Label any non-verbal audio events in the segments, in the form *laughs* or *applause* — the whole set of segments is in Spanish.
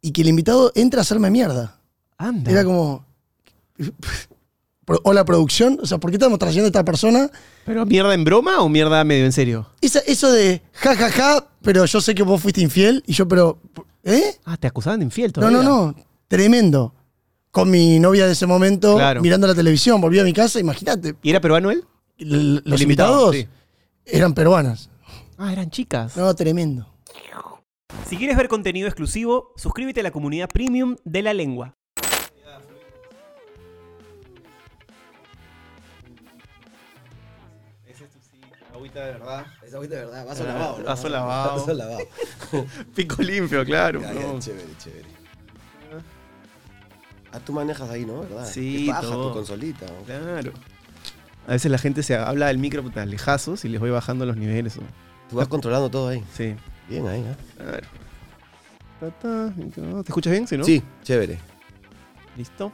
y que el invitado entra a hacerme mierda. Anda. Era como. *laughs* Hola producción, o sea, ¿por qué estamos trayendo a esta persona? ¿Pero mierda en broma o mierda medio en serio? Esa- eso de ja, ja, ja, pero yo sé que vos fuiste infiel y yo, pero. ¿Eh? Ah, te acusaban de infiel No, no, todavía. no. Tremendo. Con mi novia de ese momento, Claro. mirando la televisión, volví a mi casa, imagínate. ¿Y era peruano él? l- Los El invitado, invitados sí. eran peruanas. Ah, eran chicas. No, tremendo. Si quieres ver contenido exclusivo, suscríbete a la comunidad premium de la lengua. Agüita de verdad. Es agüita de verdad, vaso Ah, lavado. ¿no? vaso lavado. Vaso *laughs* lavado. *laughs* Pico limpio, claro. Ya, ya, chévere, chévere. Ah, tú manejas ahí, ¿no? ¿Verdad? Sí, Qué paja, todo. tu consolita. ¿no? Claro. A veces la gente se habla del micro puta, lejazos y les voy bajando los niveles. ¿no? Tú vas controlando todo ahí. Sí. Bien ahí, ¿eh? Claro. Ta, ta, ¿Te escuchas bien? Sí, ¿no? Sí, chévere. Listo.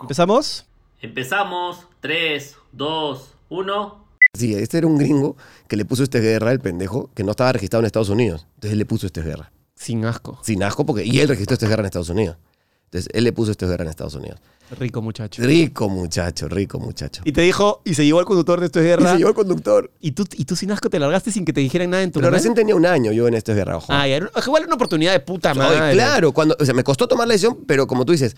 ¿Empezamos? Empezamos. 3, 2, 1. Sí, este era un gringo que le puso este guerra el pendejo que no estaba registrado en Estados Unidos. Entonces le puso este guerra. Sin asco. Sin asco, porque. Y él registró este guerra en Estados Unidos. Entonces él le puso este guerra en Estados Unidos. Rico muchacho. Rico muchacho, rico muchacho. Y te dijo, y se llevó al conductor de esto es Y guerra. *laughs* se llevó el conductor. Y tú, y tú sin asco te largaste sin que te dijeran nada en tu Pero canal? recién tenía un año yo en este guerra, ojo. Ay, era- igual era una oportunidad de puta madre. Ay, claro, cuando, o sea, me costó tomar la decisión, pero como tú dices,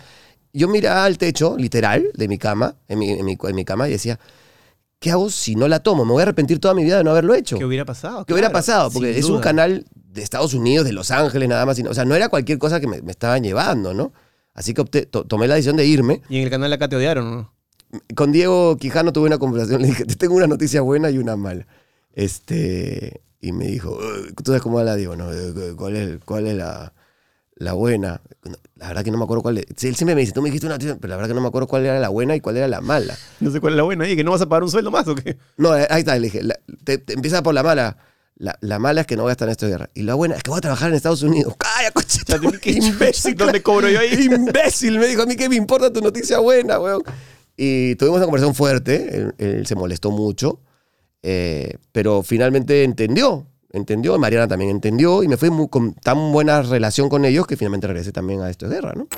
yo miraba al techo, literal, de mi cama, en mi, en mi- en mi cama, y decía, ¿qué hago si no la tomo? Me voy a arrepentir toda mi vida de no haberlo hecho. ¿Qué hubiera pasado? ¿Qué hubiera Claro, pasado? Porque sin es un duda. canal de Estados Unidos, de Los Ángeles, nada más. y no- o sea, no era cualquier cosa que me, me estaban llevando, ¿no? Así que opté- to- tomé la decisión de irme. Y en el canal acá te odiaron, ¿no? Con Diego Quijano tuve una conversación, *laughs* le dije, te tengo una noticia buena y una mala. Este, y me dijo, "Uy, ¿tú sabes cómo la digo? No, eh, ¿Cuál es, cuál es la, la buena? No, La verdad que no me acuerdo cuál es. Sí, Él siempre me dice, tú me dijiste una noticia, pero la verdad que no me acuerdo cuál era la buena y cuál era la mala. No sé cuál es la buena ahí, que no vas a pagar un sueldo más o qué. No, eh, ahí está, le dije, la- te, te empieza por la mala. La, la mala es que no voy a estar en esta guerra. Y la buena es que voy a trabajar en Estados Unidos. ¡Calla, conchita! ¿Qué imbécil? ¿Dónde cobro yo ahí? imbécil, me dijo, a mí qué me importa tu noticia buena, weón. Y tuvimos una conversación fuerte, él, él se molestó mucho, eh, pero finalmente entendió, entendió, y Mariana también entendió, y me fui muy- con tan buena relación con ellos que finalmente regresé también a Esto es Guerra, ¿no?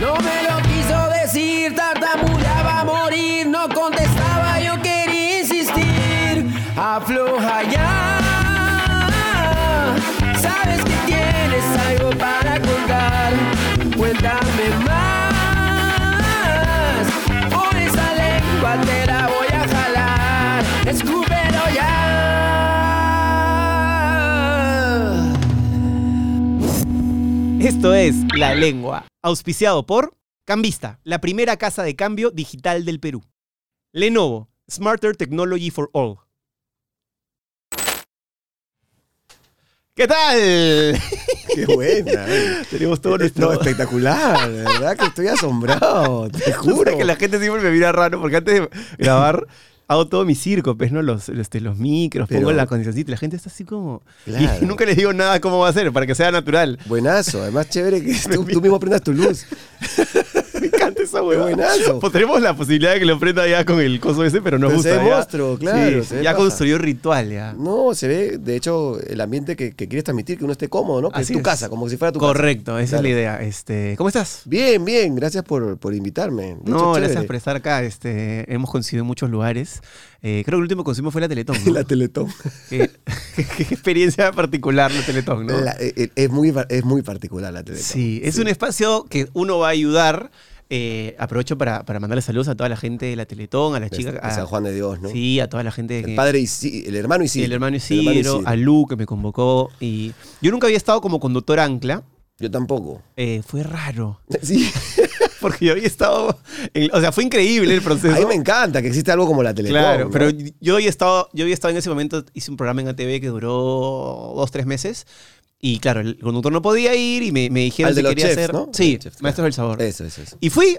No me lo quiso decir, tartamudeaba a morir, no contestaba, yo quería insistir. Afloja ya, sabes que tienes algo para contar, cuéntame más. Por esa lengua te la voy a jalar, escúpelo ya. Esto es La Lengua, auspiciado por Cambista, la primera casa de cambio digital del Perú. Lenovo, Smarter Technology for All. ¿Qué tal? ¡Qué buena! Tenemos todo Eh, No, espectacular, de verdad que *laughs* estoy asombrado, te juro. que la gente siempre me mira raro porque antes de *laughs* grabar hago todo mi circo, pues, ¿no? Los, este, los micros, Pero- pongo la condicioncita y la gente está así como... Claro. Y *laughs* nunca les digo nada cómo va a ser para que sea *laughs* natural. Buenazo, además *laughs* chévere que tú, tú mismo prendas tu luz. Me encanta esa huevada. buenazo. Pues *laughs* tenemos la posibilidad de que lo prenda ya con el coso ese, pero nos Pero se gusta. ve ya. monstruo, claro, Sí, se ve ya paja. construyó ritual, ya. No, se ve, de hecho, el ambiente que, que quieres transmitir, que uno esté cómodo, ¿no? Que Así es tu es. casa, como si fuera tu casa. Correcto, esa Claro. es la idea. Este, ¿Cómo estás? Bien, bien, gracias por, por invitarme. De No, hecho, gracias chévere. por estar acá. Este, hemos coincidido en muchos lugares. Eh, creo que el último que coincidimos fue la *laughs* Teletón. ¿no? La Teletón. qué, qué- qué experiencia particular la Teletón, *laughs* ¿no? La- eh, eh, es, muy, par- es muy particular la Teletón. Sí, es un espacio que uno va a ayudar. Eh, aprovecho para, para mandarle saludos a toda la gente de la Teletón, a las De- chicas. de a- San Juan de Dios, ¿no? Sí, a toda la gente El que- padre Isi- el hermano Isidro. el hermano Isidro, a Lu que me convocó. Y yo nunca había estado como conductor ancla. Yo tampoco. *laughs* Eh, fue raro. *laughs* Sí. Porque yo había estado. en- o sea, fue increíble el proceso. A mí me encanta que existe algo como la Teletón. Claro, ¿no? pero yo había, estado, yo había estado en ese momento, hice un programa en ATV que duró dos, tres meses. Y claro, el conductor no podía ir y me, me dijeron Al de si los quería chefs, hacer. ¿no? Sí, Los chefs, Maestros del Sabor. Eso, eso, eso. Y fui.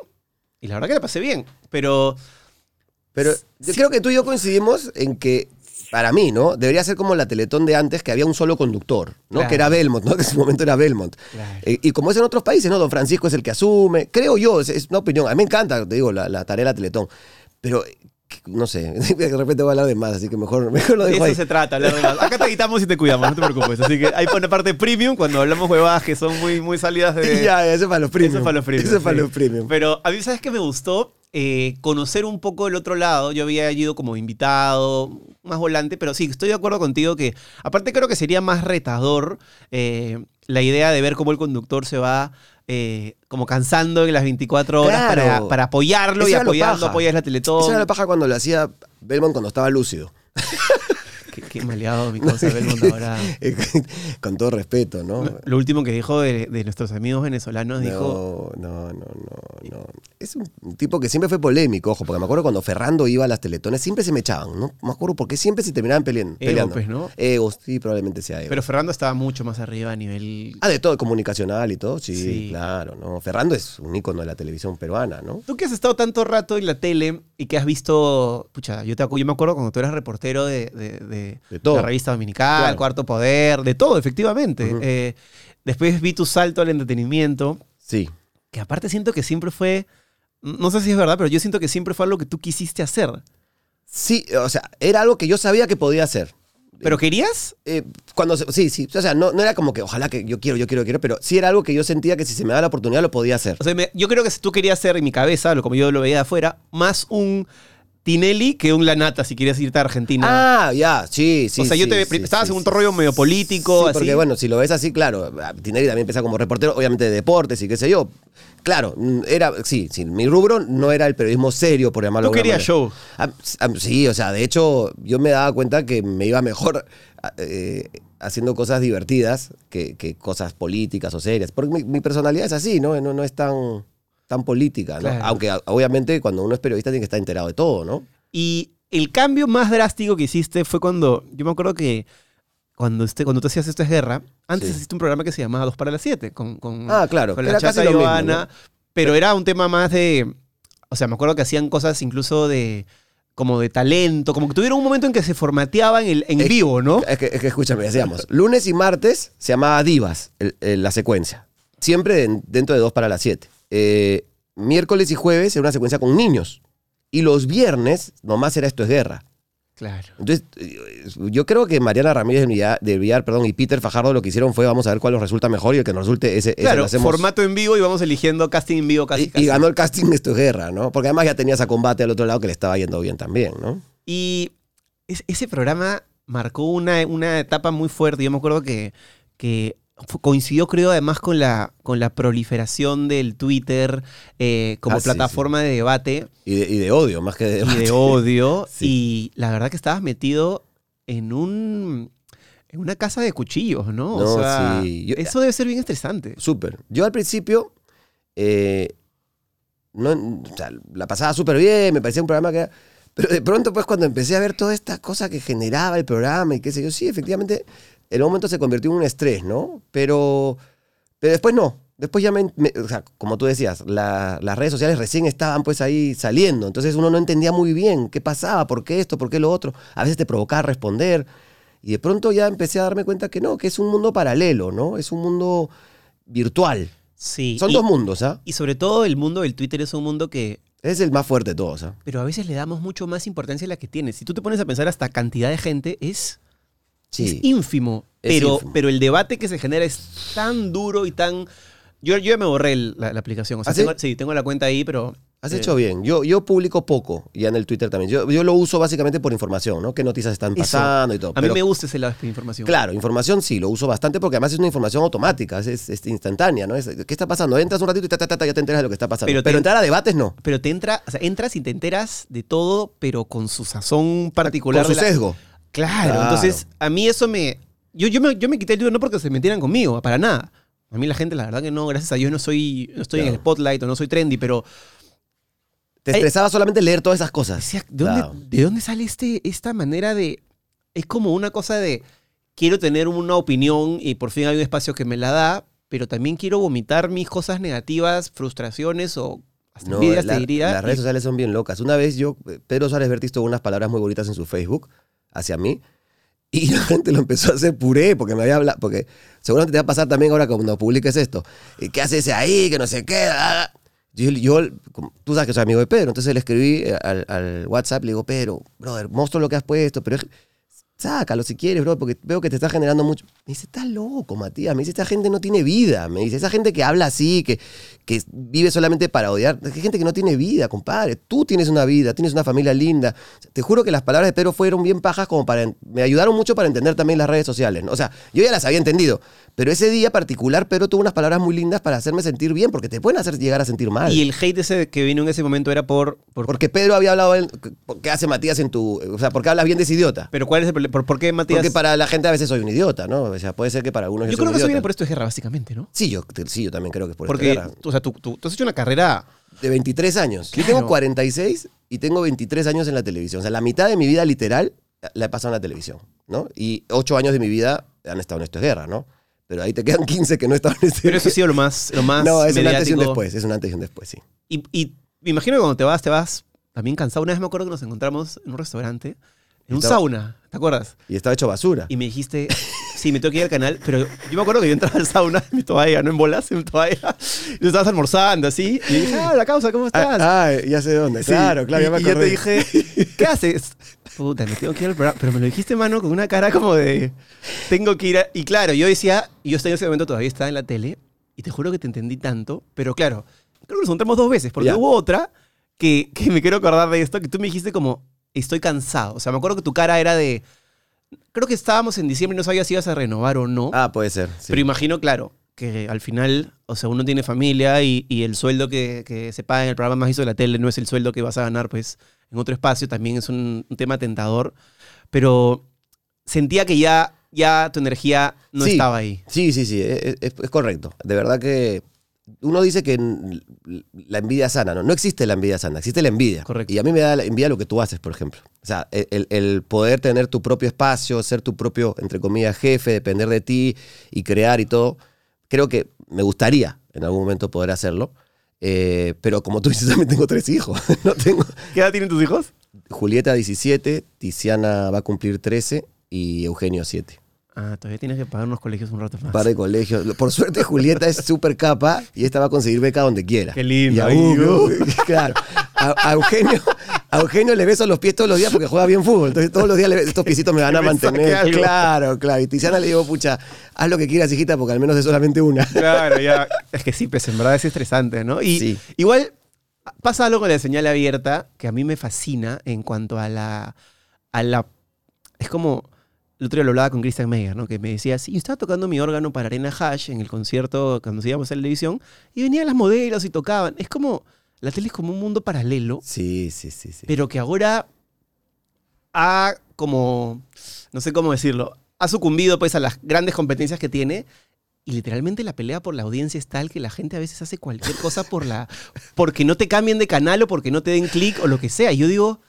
Y la verdad que la pasé bien. Pero Pero yo creo que tú y yo coincidimos en que, para mí, ¿no? Debería ser como la Teletón de antes, que había un solo conductor, ¿no? Claro. Que era Belmont, ¿no? *laughs* Que en su momento era Belmont. Claro. Eh, y como es en otros países, ¿no? Don Francisco es el que asume. Creo yo, es, es una opinión. A mí me encanta, te digo, la, la tarea de la Teletón. Pero no sé, *laughs* de repente voy a hablar de más, así que mejor, *laughs* mejor lo De dejo eso ahí. se trata, hablar de más. Acá te quitamos y te cuidamos, no te preocupes. Así que hay una parte premium cuando hablamos huevadas que son muy, muy salidas de. *laughs* ya, eso es para los premium. Eso es para los premium. Eso es para sí. los premium. Pero a mí, ¿sabes qué me gustó? Eh, conocer un poco el otro lado. Yo había ido como invitado, más volante, pero sí, estoy de acuerdo contigo que, aparte, creo que sería más retador eh, la idea de ver cómo el conductor se va. eh, como cansando en las 24 horas Claro. para, para apoyarlo Eso y era lo apoyarlo, paja. apoyas la Teletón. Eso era la paja cuando lo hacía Belmont cuando estaba lúcido. *laughs* Qué, qué maleado mi cosa, Belmont, ahora. Con todo respeto, ¿no? Lo último que dijo de, de nuestros amigos venezolanos, dijo, No, no, no, no, no. Es un tipo que siempre fue polémico, ojo, porque me acuerdo cuando Ferrando iba a las teletones, siempre se me echaban, ¿no? Me acuerdo porque siempre se terminaban peleando. Ego, peleando. pues, ¿no? Egos, sí, probablemente sea ego. pero Fernando estaba mucho más arriba a nivel... ah, de todo, comunicacional y todo, sí, Sí. claro, ¿no? Ferrando es un ícono de la televisión peruana, ¿no? Tú que has estado tanto rato en la tele y que has visto, pucha, yo, te, acu- yo me acuerdo cuando tú eras reportero de, de- de De todo. la revista dominical, Claro. Cuarto Poder, de todo, efectivamente. Ujú. Eh, después vi tu salto al entretenimiento, Sí. que aparte siento que siempre fue, no sé si es verdad, pero yo siento que siempre fue algo que tú quisiste hacer. Sí, o sea, era algo que yo sabía que podía hacer. ¿Pero querías? Eh, cuando se- sí, sí, o sea, no, no era como que ojalá que yo quiero, yo quiero, yo quiero, pero sí era algo que yo sentía que si se me daba la oportunidad lo podía hacer. O sea, me- yo creo que tú querías ser en mi cabeza, lo- como yo lo veía de afuera, más un Tinelli que un Lanata si querías irte a Argentina. Ah, ya, sí, sí. o sea, yo sí, te sí, estabas sí, en un sí, rollo medio político, Sí, así. porque bueno, si lo ves así, claro, a- Tinelli también empezaba como reportero, obviamente de deportes y qué sé yo. Claro, mm, era, sí, sí, mi rubro no era el periodismo serio, por llamarlo Tú de alguna querías show. Ah, s- ah, sí, o sea, de hecho, yo me daba cuenta que me iba mejor *laughs* ah, eh, haciendo cosas divertidas que, que cosas políticas o serias. Porque mi, mi personalidad es así, ¿no? No, no es tan, tan política, ¿no? Claro. Aunque a- obviamente cuando uno es periodista tiene que estar enterado de todo, ¿no? Y el cambio más drástico que hiciste fue cuando, yo me acuerdo que cuando, este, cuando tú hacías Esto es Guerra, antes Sí. hiciste un programa que se llamaba Dos para las Siete, con, con, Ah, claro, con la era casi chata lo mismo, Ivana, pero era un tema más de, o sea, me acuerdo que hacían cosas incluso de, como de talento, como que tuvieron un momento en que se formateaban en, el- en Es- vivo, ¿no? Es que, es que escúchame, decíamos, lunes y martes se llamaba Divas el- el- la secuencia. Siempre en- dentro de dos para las siete. Eh, miércoles y jueves era una secuencia con niños. Y los viernes nomás era Esto es Guerra. Claro. Entonces, eh, yo creo que Mariana Ramírez de Villar, de Villar, perdón, y Peter Fajardo lo que hicieron fue vamos a ver cuál nos resulta mejor y el que nos resulte ese, ese lo Claro, hacemos. formato en vivo y vamos eligiendo casting en vivo y, casi. y casi. ganó el casting de Esto es Guerra, ¿no? Porque además ya tenías a combate al otro lado que le estaba yendo bien también, ¿no? Y es- ese programa marcó una, una etapa muy fuerte. Yo me acuerdo que, que fu- coincidió, creo, además con la, con la proliferación del Twitter eh, como Ah, sí, plataforma de debate Y de, y de odio, más que de y de debate. odio. *laughs* Sí. Y la verdad que estabas metido en un. En una casa de cuchillos, ¿no? o No, sea, sí. Yo- eh, eso debe ser bien estresante. Súper. Yo al principio eh, no, o sea, la pasaba súper bien, me parecía un programa que... era- Pero de pronto, pues, cuando empecé a ver toda esta cosa que generaba el programa y qué sé yo, sí, efectivamente, en un momento se convirtió en un estrés, ¿no? Pero, pero después no. Después ya me... me- o sea, como tú decías, la- las redes sociales recién estaban, pues, ahí saliendo. Entonces uno no entendía muy bien qué pasaba, por qué esto, por qué lo otro. A veces te provocaba responder. Y de pronto ya empecé a darme cuenta que no, que es un mundo paralelo, ¿no? Es un mundo virtual. Sí. Son y, dos mundos, ¿ah? y sobre todo el mundo del Twitter es un mundo que Es el más fuerte de todos, ¿ah? pero a veces le damos mucho más importancia a la que tiene. Si tú te pones a pensar hasta cantidad de gente, es, es Sí. ínfimo. Es pero, ínfimo. pero el debate que se genera es tan duro y tan... Yo, yo ya me borré el- la, la aplicación. O sea, ¿Ah, sí? Tengo, sí, tengo la cuenta ahí, pero... Has eh, hecho bien. Yo, yo publico poco ya en el Twitter también. Yo, yo lo uso básicamente por información, ¿no? Qué noticias están Eso. pasando y todo. A mí pero- me gusta ese lado de información. Claro, información sí, lo uso bastante porque además es una información automática, es, es- es instantánea, ¿no? Es, ¿Qué está pasando? Entras un ratito y ta, ta, ta, ta, ya te enteras de lo que está pasando. Pero Pero, te- entrar a debates no. Pero te entra, o sea, entras y te enteras de todo, pero con su sazón particular. Con su de la- sesgo. Claro, Claro. entonces a mí eso me yo, yo me... yo me quité el libro no porque se metieran conmigo, para nada. A mí la gente, la verdad que no, gracias a Dios no soy, no estoy en el Claro. spotlight o no soy trendy, pero Te Ay. estresaba solamente leer todas esas O cosas. sea, ¿de dónde, Claro. de dónde sale este, esta manera de.? Es como una cosa de. Quiero tener una opinión y por fin hay un espacio que me la da, pero también quiero vomitar mis cosas negativas, frustraciones o hasta No, envidias, la- te diría. Las redes y- sociales son bien locas. Una vez yo, eh, Pedro Suárez Bertis tuvo unas palabras muy bonitas en su Facebook hacia mí. Y *laughs* la gente lo empezó a hacer puré porque me había hablado. Porque seguramente te va a pasar también ahora cuando publiques esto. ¿Y qué haces ahí? Que no sé qué. ah, ah. Yo, yo- como- tú sabes que soy amigo de Pedro, entonces le escribí al, al WhatsApp, le digo, Pedro, brother, mostro lo que has puesto, pero es- sácalo si quieres, bro, porque veo que te está generando mucho. Me dice, estás loco, Matías. Me dice, esta gente no tiene vida. Me dice, esa gente que habla así, que, que vive solamente para odiar, es gente que no tiene vida, compadre. Tú tienes una vida, tienes una familia linda. O sea, Te juro que las palabras de Pedro fueron bien pajas como para... Me ayudaron mucho para entender también las redes sociales. ¿no? O sea, yo ya las había entendido, pero ese día particular Pedro tuvo unas palabras muy lindas para hacerme sentir bien, porque te pueden hacer llegar a sentir mal. Y el hate ese que vino en ese momento era por... por- Porque Pedro había hablado, él, ¿qué hace Matías en tu...? O sea, ¿por qué hablas bien de ese idiota? pero ¿cuál es el problema? ¿Por, por qué Matías? Porque para la gente a veces soy un idiota, ¿no? O sea, puede ser que para algunos yo, yo soy creo un que eso idiota. viene por esto de guerra, básicamente, ¿no? Sí, yo, te- sí, yo también creo que es por esta Porque, guerra. o sea, tú, tú- tú has hecho una *laughs* carrera... De 23 años. Yo tengo 46 y tengo 23 años en la televisión. O sea, la mitad de mi vida literal la he pasado en la televisión, ¿no? Y 8 años de mi vida han estado en esto es guerra, ¿no? Pero ahí te quedan *laughs* 15 que no estaban en esto es Pero eso ha guerra. sido lo más, lo más No, es un antes y un mediático. después, es un antes y un después, sí. Y, y me imagino que cuando te vas, te vas también cansado. Una vez me acuerdo que nos encontramos en un restaurante, en un Estaba- sauna, ¿te acuerdas? Y estaba hecho basura. Y me dijiste, sí, me tengo que ir al canal, pero yo me acuerdo que yo entraba al sauna *laughs* en mi toalla, no en bolas, en mi toalla. Y tú estabas almorzando así. Y yo dije, ah, la causa, ¿cómo estás? Ah, ah, ya sé dónde. Sí, Claro, claro, y, ya me y yo acordé. te *laughs* dije, ¿qué haces? Puta, me tengo que ir al programa. Pero me lo dijiste, mano, con una cara como de, tengo que ir a... Y claro, yo decía, y yo estoy en ese momento todavía estaba en la tele, y te juro que te entendí tanto, pero claro, creo que nos encontramos dos veces, porque Ya. hubo otra que, que me quiero acordar de esto, que tú me dijiste como, estoy cansado. O sea, me acuerdo que tu cara era de, creo que estábamos en diciembre y no sabías si ibas a renovar o no. Ah, puede ser. sí. Pero imagino, claro, que al final, o sea, uno tiene familia y, y el sueldo que, que se paga en el programa más hizo de la tele no es el sueldo que vas a ganar, pues, en otro espacio. También es un, un tema tentador. Pero sentía que ya, ya tu energía no Sí. estaba ahí. Sí, sí, sí, es, es- es correcto. De verdad que uno dice que n- la envidia sana, ¿no? No existe la envidia sana, existe la envidia. Correcto. Y a mí me da la envidia lo que tú haces, por ejemplo. O sea, el- el, el poder tener tu propio espacio, ser tu propio, entre comillas, jefe, depender de ti y crear y todo. Creo que me gustaría en algún momento poder hacerlo. Eh, pero como tú dices, *laughs* también tengo tres hijos. No tengo, ¿Qué edad tienen tus hijos? Julieta 17, Tiziana va a cumplir 13 y Eugenio 7. Ah, todavía tienes que pagar unos colegios un rato más. par de colegios. Por suerte, Julieta es súper capa y esta va a conseguir beca donde quiera. Qué lindo, Y a ay, Hugo, *laughs* claro. A, a Eugenio, a Eugenio le beso los pies todos los días porque juega bien fútbol. Entonces, todos los días le beso, estos piecitos me van a Que me saque mantener. algo. Claro, claro. Y Tiziana le digo, pucha, haz lo que quieras, hijita, porque al menos es solamente una. Claro, ya. Es que sí, pues en verdad es estresante, ¿no? Y Sí. igual pasa algo con la señal abierta que a mí me fascina en cuanto a la. A la es como. El otro día lo hablaba con Christian Meyer, ¿no? Que me decía, sí, yo estaba tocando mi órgano para Arena Hash en el concierto cuando nos íbamos a la televisión y venían las modelos y tocaban. Es como. La tele es como un mundo paralelo, Sí, sí, sí, sí. pero que ahora ha como. No sé cómo decirlo. Ha sucumbido pues a las grandes competencias que tiene y literalmente la pelea por la audiencia es tal que la gente a veces hace cualquier cosa por *laughs* la porque no te cambien de canal o porque no te den clic o lo que sea. Y Yo digo,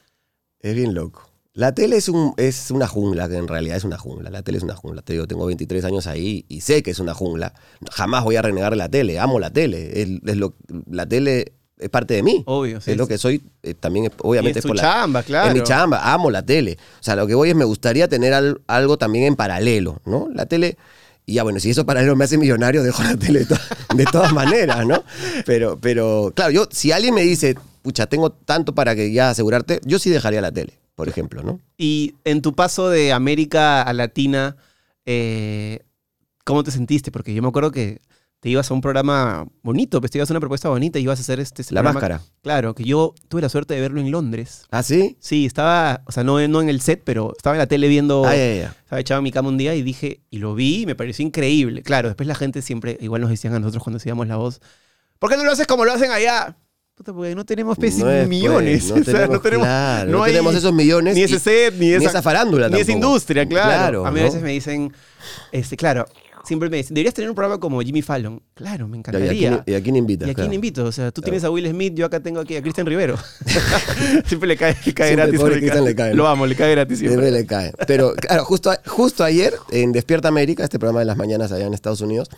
Es bien loco. La tele es, un, es una jungla, que en realidad es una jungla. La tele es una jungla. Te digo, tengo 23 años ahí y sé que es una jungla. Jamás voy a renegar de la tele. Amo la tele. Es, es lo, la tele es parte de mí. obvio, sí, es lo que soy. eh, también, y obviamente, es tu por la- chamba, claro. es mi chamba, amo la tele. O sea, lo que voy es, me gustaría tener al- algo también en paralelo, ¿no? La tele, y ya bueno, si eso paralelo me hace millonario, dejo la tele de, to- *laughs* de todas maneras, ¿no? Pero, pero, claro, yo, si alguien me dice, pucha, tengo tanto para que ya asegurarte, yo sí dejaría la tele, por ejemplo, ¿no? Y en tu paso de América a Latina, eh, ¿cómo te sentiste? Porque yo me acuerdo que te ibas a un programa bonito, pues te ibas a una propuesta bonita y ibas a hacer este, este La programa- máscara. Claro, que yo tuve la suerte de verlo en Londres. ¿Ah, sí? Sí, estaba, o sea, no, no en el set, pero estaba en la tele viendo Ay, ay, ay. estaba echado en mi cama un día y dije, y lo vi, y me pareció increíble. Claro, después la gente siempre, igual nos decían a nosotros cuando hacíamos la voz, ¿por qué no lo haces como lo hacen allá? Puta, porque no tenemos peces No es, pues, millones. *laughs* no O sea, tenemos- claro, no hay tenemos esos millones Ni y- ese set, ni, ni esa, esa farándula Ni esa tampoco. industria, claro. Claro, a mí a ¿no? veces me dicen, este, claro, siempre me dicen, deberías tener un programa como Jimmy Fallon. Claro, me ¿Y a encantaría. quién, y a quién invitas? ¿Y a quién Claro. invito? O sea, tú Claro. tienes a Will Smith, yo acá tengo aquí a Cristian Rivero. *laughs* *laughs* siempre le cae, le cae Siempre el gratis. pobre le cae- Cristian le cae, ¿no? Lo amo, le cae gratis siempre. Siempre le cae. Pero claro, justo, a- justo ayer en Despierta América, este programa de las mañanas allá en Estados Unidos,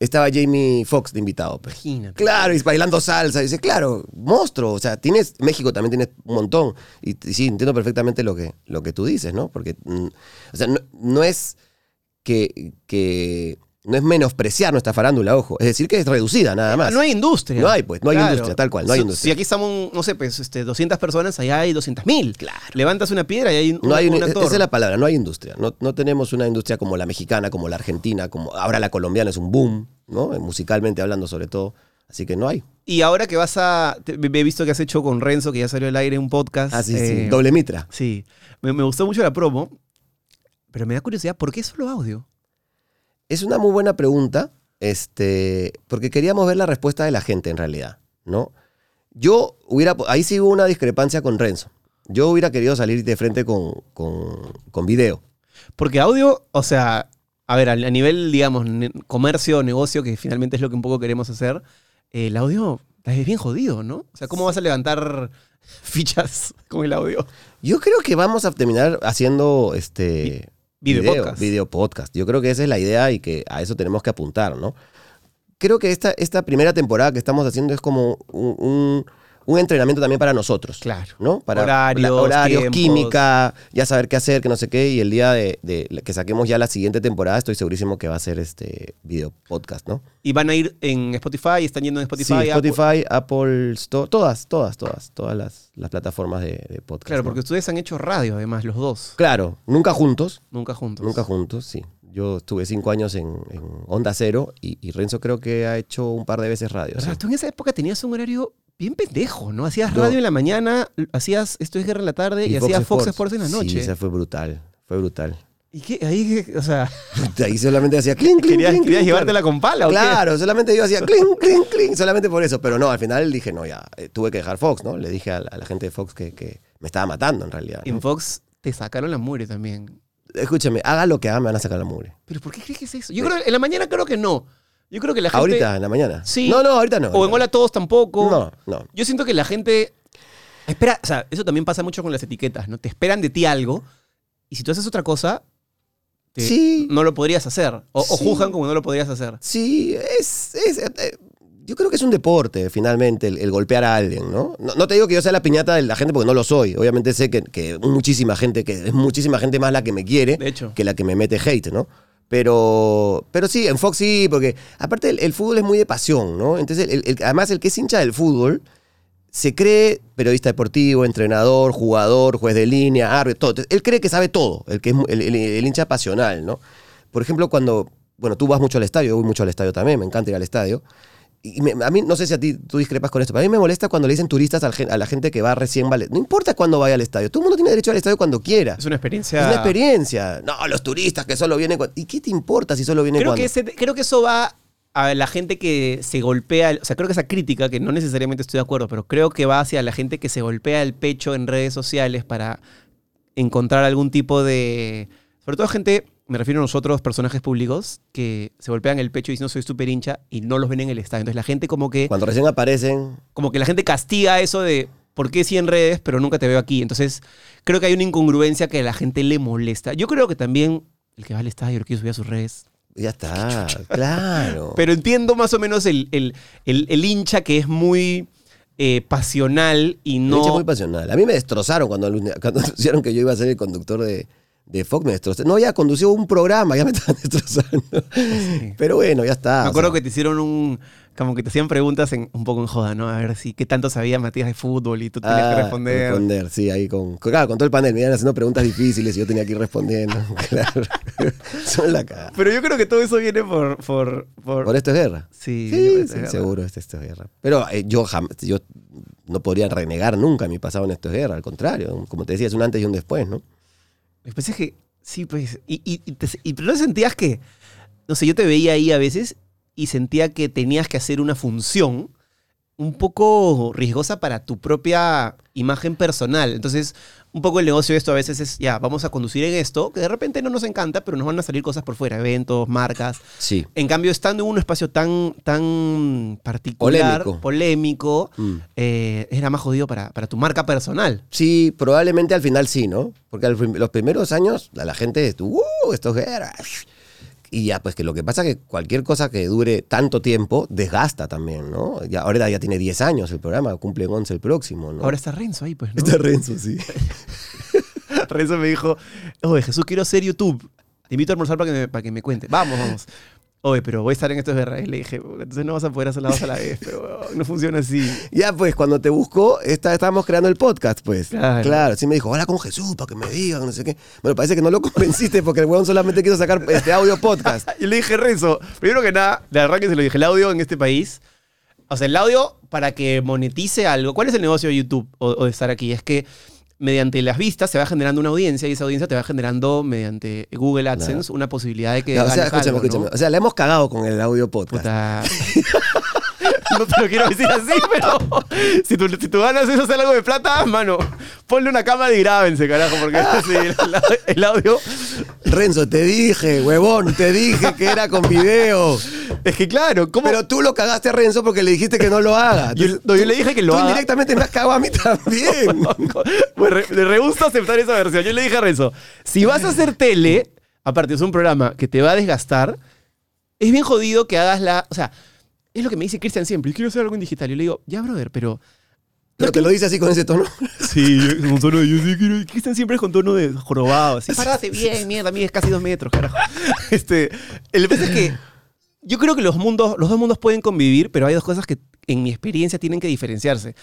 estaba Jamie Foxx de invitado. pues. Imagínate. Claro, y bailando salsa. Y dice, claro, monstruo. O sea, tienes, México también tienes un montón. Y, t- sí, entiendo perfectamente lo que, lo que tú dices, ¿no? Porque, mm, o sea, no, no es que, que No es menospreciar nuestra farándula, ojo. Es decir, que es reducida, nada más. Eh, Ah, No hay industria. No hay, pues, no hay industria, tal cual, no hay Si- industria. Si aquí estamos, no sé, pues, este, 200 personas, allá hay 200.000. Claro. Levantas una piedra y hay un, No hay un una- actor. esa es la palabra, no hay industria. No, no tenemos una industria como la mexicana, como la argentina, como ahora la colombiana es un boom, ¿no? Eh, Musicalmente hablando sobre todo. Así que no hay. Y ahora que vas a... te- he visto que has hecho con Renzo, que ya salió al aire un podcast. Así eh, Ah, sí, doble mitra. Sí. Me, me gustó mucho la promo, pero me da curiosidad, ¿por qué solo audio? Es una muy buena pregunta, este, porque queríamos ver la respuesta de la gente en realidad, ¿no? Yo hubiera, ahí sí hubo una discrepancia con Renzo. Yo hubiera querido salir de frente con, con- con video. Porque audio, o sea, a ver, a, a nivel, digamos, ne- comercio, negocio, que finalmente es lo que un poco queremos hacer, eh, el audio es bien jodido, ¿no? O sea, ¿cómo vas a levantar *laughs* fichas con el audio? Yo creo que vamos a terminar haciendo este Video podcast. video podcast. Yo creo que esa es la idea y que a eso tenemos que apuntar, ¿no? Creo que esta, esta primera temporada que estamos haciendo es como un, un- un entrenamiento también para nosotros. Claro. ¿no? Para Horarios, la- tiempos. química, ya saber qué hacer, qué no sé qué. Y el día de, de la- que saquemos ya la siguiente temporada, estoy segurísimo que va a ser este video podcast, ¿no? Y van a ir en Spotify, están yendo en Spotify. sí, a- Spotify, Apple Store, todas, todas, todas, todas las, las plataformas de, de podcast. Claro, ¿no? porque ustedes han hecho radio, además, los dos. Claro, nunca juntos, Nunca juntos. nunca juntos, sí. Yo estuve cinco años en, en Onda Cero y, y Renzo creo que ha hecho un par de veces radio. sí. Rafa, Tú en esa época tenías un horario bien pendejo, ¿no? Hacías No. radio en la mañana, hacías Esto es Guerra en la tarde y, hacías Fox Sports en la Sí, noche. esa fue brutal, fue brutal. *laughs* y que ahí, o sea, Ahí solamente hacía *laughs* clink, clink, querías, querías clink, clink, claro. llevártela con pala, ¿o qué? Claro, solamente yo hacía clink, clink, clink, solamente por eso. Pero no, al final dije, no, ya, eh, tuve que dejar Fox, ¿no? Le dije a la, a la gente de Fox que, que me estaba matando en realidad. ¿no? En Fox te sacaron la mugre también. Escúchame, haga lo que haga, me van a sacar la mugre. ¿Pero por qué crees que es eso? Yo creo en la mañana creo que no. Yo creo que la gente. ¿Ahorita, en la mañana? Sí. No, no, ahorita no. O en Hola Todos tampoco. No, no. Yo siento que la gente. Espera, o sea, eso también pasa mucho con las etiquetas, ¿no? Te esperan de ti algo y si tú haces otra cosa. te- Sí. No lo podrías hacer. O, o Sí. juzgan como no lo podrías hacer. Sí, es... es- eh, yo creo que es un deporte, finalmente, el, el golpear a alguien, ¿no? ¿no? no te digo que yo sea la piñata de la gente porque no lo soy. Obviamente sé que, que muchísima gente, que es muchísima gente más la que me quiere. De hecho. que la que me mete hate, ¿no? Pero, pero sí, en Fox sí, porque aparte el, el fútbol es muy de pasión, ¿no? Entonces, el- el- además el que es hincha del fútbol se cree periodista deportivo, entrenador, jugador, juez de línea, árbitro, todo. Entonces, él cree que sabe todo, el que es mu- el, el- el hincha pasional, ¿no? Por ejemplo, cuando, bueno, tú vas mucho al estadio, yo voy mucho al estadio también, me encanta ir al estadio. Y me- a mí, no sé si a ti tú discrepas con esto, pero a mí me molesta cuando le dicen turistas al gen- a la gente que va recién, vale. No importa cuándo vaya al estadio, todo el mundo tiene derecho al estadio cuando quiera. Es una experiencia. Es una experiencia. No, los turistas que solo vienen cuando... ¿Y qué te importa si solo vienen Creo cuando? que, ese- creo que eso va a la gente que se golpea, o sea, creo que esa crítica, que no necesariamente estoy de acuerdo, pero creo que va hacia la gente que se golpea el pecho en redes sociales para encontrar algún tipo de... Sobre todo gente, me refiero a nosotros, personajes públicos, que se golpean el pecho y dicen, no soy súper hincha, y no los ven en el estadio. Entonces la gente como que, Cuando recién aparecen... como que la gente castiga eso de, ¿por qué sí en redes, pero nunca te veo aquí? Entonces creo que hay una incongruencia que a la gente le molesta. Yo creo que también el que va al estadio, el que sube a sus redes, Ya *laughs* está, claro. pero entiendo más o menos el, el- el- el hincha que es muy eh, pasional y Me eché no. muy pasional. A mí me destrozaron cuando, alu- *laughs* cuando anunciaron que yo iba a ser el conductor de, de Fox. Me destrozaron. No había conducido un programa, ya me *laughs* estaban destrozando. Pero bueno, ya está. Me o acuerdo sea, que te hicieron un. Como que te hacían preguntas en, un poco en joda, ¿no? A ver si qué tanto sabía Matías de fútbol y tú tenías ah, que responder. responder, sí, ahí con, con- claro, con todo el panel. Me iban haciendo preguntas difíciles y yo tenía que ir respondiendo. *laughs* claro. Son la cara. Pero yo creo que todo eso viene por. por, por- Por esto es guerra. sí, Sí, por- sí, seguro, este esto es guerra. Pero eh, yo, jam- yo no podría renegar nunca mi pasado en esto es guerra, al contrario, como te decía, es un antes y un después, ¿no? Lo que pasa es que. Sí, pues. Y, y, y te- y- pero no sentías que. No sé, yo te veía ahí a veces y sentía que tenías que hacer una función un poco riesgosa para tu propia imagen personal. Entonces, un poco el negocio de esto a veces es, ya, vamos a conducir en esto, que de repente no nos encanta, pero nos van a salir cosas por fuera, eventos, marcas. Sí. En cambio, estando en un espacio tan, tan particular, Polémico. polémico, Mm. eh, era más jodido para, para tu marca personal. Sí, probablemente al final sí, ¿no? Porque al prim- los primeros años a la gente estuvo, "Uh, esto es guerra. Y ya, pues que lo que pasa es que cualquier cosa que dure tanto tiempo desgasta también, ¿no? Ya, ahora ya tiene 10 años el programa, cumple 11 el próximo, ¿no? Ahora está Renzo ahí, pues, ¿no? está Renzo, sí. Renzo me dijo, oye, Jesús, quiero hacer YouTube. Te invito a almorzar para que me, para que me cuente. Vamos, vamos. oye, pero voy a estar en estos berraes. Le dije, "Puta, entonces no vas a poder hacer las dos a la vez, pero weón, no funciona así. Ya, pues, cuando te buscó, está, estábamos creando el podcast, pues. Claro. Claro. Sí me dijo, hola con Jesús, para que me digan, no sé qué. Bueno, parece que no lo convenciste porque el weón solamente quiso sacar este audio *laughs* podcast. Y le dije, Renzo, primero que nada, la verdad que se lo dije, el audio en este país, o sea, el audio para que monetice algo, ¿cuál es el negocio de YouTube o, o de estar aquí? Es que mediante las vistas se va generando una audiencia y esa audiencia te va generando mediante Google AdSense una posibilidad de que... Ya, o sea, ganes escúchame, algo, ¿no? escúchame. O sea, la hemos cagado con el audio podcast. Puta. *laughs* No te lo quiero decir así, pero si tú, si tú ganas eso, hacer algo de plata, mano, ponle una cámara y grábense, carajo, porque *laughs* sí, el, el audio. Renzo, te dije, huevón, te dije que era con video. Es que claro, ¿cómo? Pero tú lo cagaste a Renzo porque le dijiste que no lo haga. Yo- no, yo le dije que lo tú haga. indirectamente me has cagado a mí también. Pues re- le rehúso aceptar esa versión. Yo le dije a Renzo, si vas a hacer tele, aparte es un programa que te va a desgastar, es bien jodido que hagas la... O sea, es lo que me dice Cristian siempre, yo quiero hacer algo en digital. Yo le digo, ya, brother, pero... Pero te lo dice así con ese tono. Sí, con tono de yo sí quiero... Cristian siempre es con tono de jorobado. Así, parate bien, mierda, mí es casi dos metros, carajo. *laughs* Este, el pasa es que yo creo que los mundos, los dos mundos pueden convivir, pero hay dos cosas que en mi experiencia tienen que diferenciarse.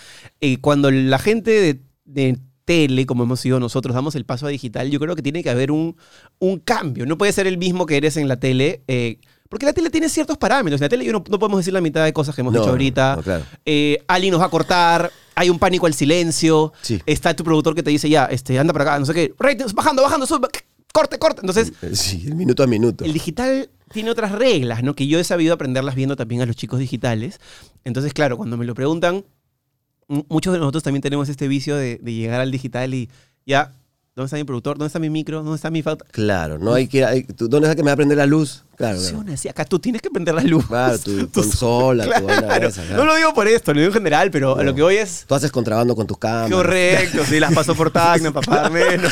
Eh, cuando la gente de, de tele, como hemos sido nosotros, damos el paso a digital, yo creo que tiene que haber un, un cambio. No puede ser el mismo que eres en la tele, eh, porque la tele tiene ciertos parámetros. En la tele yo no, no podemos decir la mitad de cosas que hemos No, dicho ahorita. no, claro. Eh, Ali nos va a cortar. Hay un pánico al silencio. Sí. Está tu productor que te dice, ya, este, anda para acá, no sé qué. Ratings, bajando, bajando, sube, corte, corte. Entonces, Sí, el minuto a minuto. el digital tiene otras reglas, ¿no? Que yo he sabido aprenderlas viendo también a los chicos digitales. Entonces, claro, cuando me lo preguntan, m- muchos de nosotros también tenemos este vicio de, de llegar al digital y ya, ¿dónde está mi productor? ¿Dónde está mi micro? ¿Dónde está mi falta? Claro, no hay que. hay- ¿tú- ¿Dónde es que me va a prender la luz? Claro, claro. Funciona así. Acá tú tienes que prender la luz. Claro, *laughs* tu Tú- consola, tu vaina Claro. esa, claro. No lo digo por esto, lo digo en general, pero a lo que hoy es Tú haces contrabando con tus cámaras. correcto. Sí, las paso por *laughs* Tacna para pagar menos.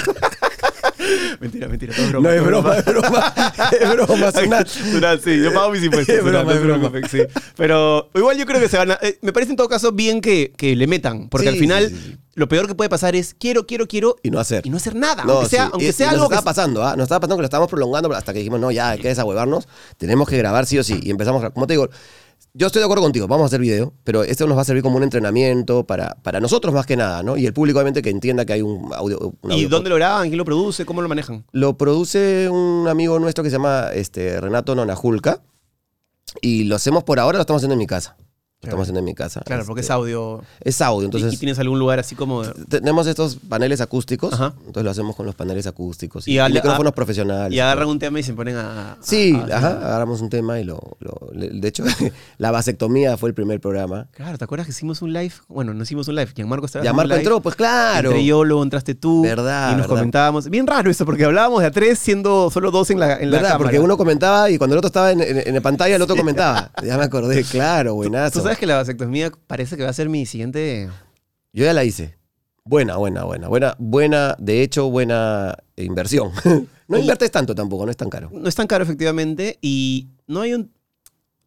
mentira, mentira. todo No es broma, es broma. Es *laughs* *laughs* broma, Sunat. Sunat. Sunat, sí, yo *laughs* pago mis impuestos. Es broma, Sunat, no es se broma. preocupen, sí. Pero igual yo creo que se van a. eh, me parece en todo caso bien que, que le metan, porque Sí, al final sí, sí, sí. lo peor que puede pasar es quiero, quiero, quiero Y no hacer. y no hacer nada. No, aunque sea, sí. aunque Y- sea y algo Nos que. estaba pasando, ¿ah? Nos estaba pasando que lo estábamos prolongando hasta que dijimos, no, ya, hay que desahuevarnos. Tenemos que grabar sí o sí. Y empezamos, a- como te digo, yo estoy de acuerdo contigo, vamos a hacer video, pero esto nos va a servir como un entrenamiento para, para nosotros más que nada, ¿no? Y el público, obviamente, que entienda que hay un audio. un ¿Y audio dónde lo graban? ¿Quién lo produce? ¿Cómo lo manejan? Lo produce un amigo nuestro que se llama este, Renato Nonajulca. Y lo hacemos por ahora, lo estamos haciendo en mi casa. Lo estamos haciendo en mi casa. Claro, porque es Este, audio. es audio. Entonces, Entonces, y, tienes algún lugar así como. de- tenemos estos paneles acústicos. Ajá. Entonces lo hacemos con los paneles acústicos. Y Y, y al- micrófonos a- profesionales. Y agarran un Ah, tema y se ponen a. a- Sí, a- ajá, agarramos un tema y lo, lo- le- de hecho *laughs* la vasectomía fue el primer programa. Claro, ¿te acuerdas que hicimos un live? Bueno, no hicimos un live. Gianmarco estaba. Ya haciendo un Marco live. entró, pues claro. Entré yo, luego entraste tú. Verdad, Y nos verdad. comentábamos. Bien raro eso, porque hablábamos de a tres, siendo solo dos en la, en la ¿Verdad? cámara. Porque uno comentaba y cuando el otro estaba en, en- *laughs* en la pantalla, el otro comentaba. Ya me acordé, claro, buenazo. Tú sabes que la vasectomía parece que va a ser mi siguiente. Yo ya la hice. Buena, buena, buena, buena, buena, de hecho, buena inversión. *laughs* no inviertes tanto tampoco, no es tan caro. No es tan caro, efectivamente, y no hay un.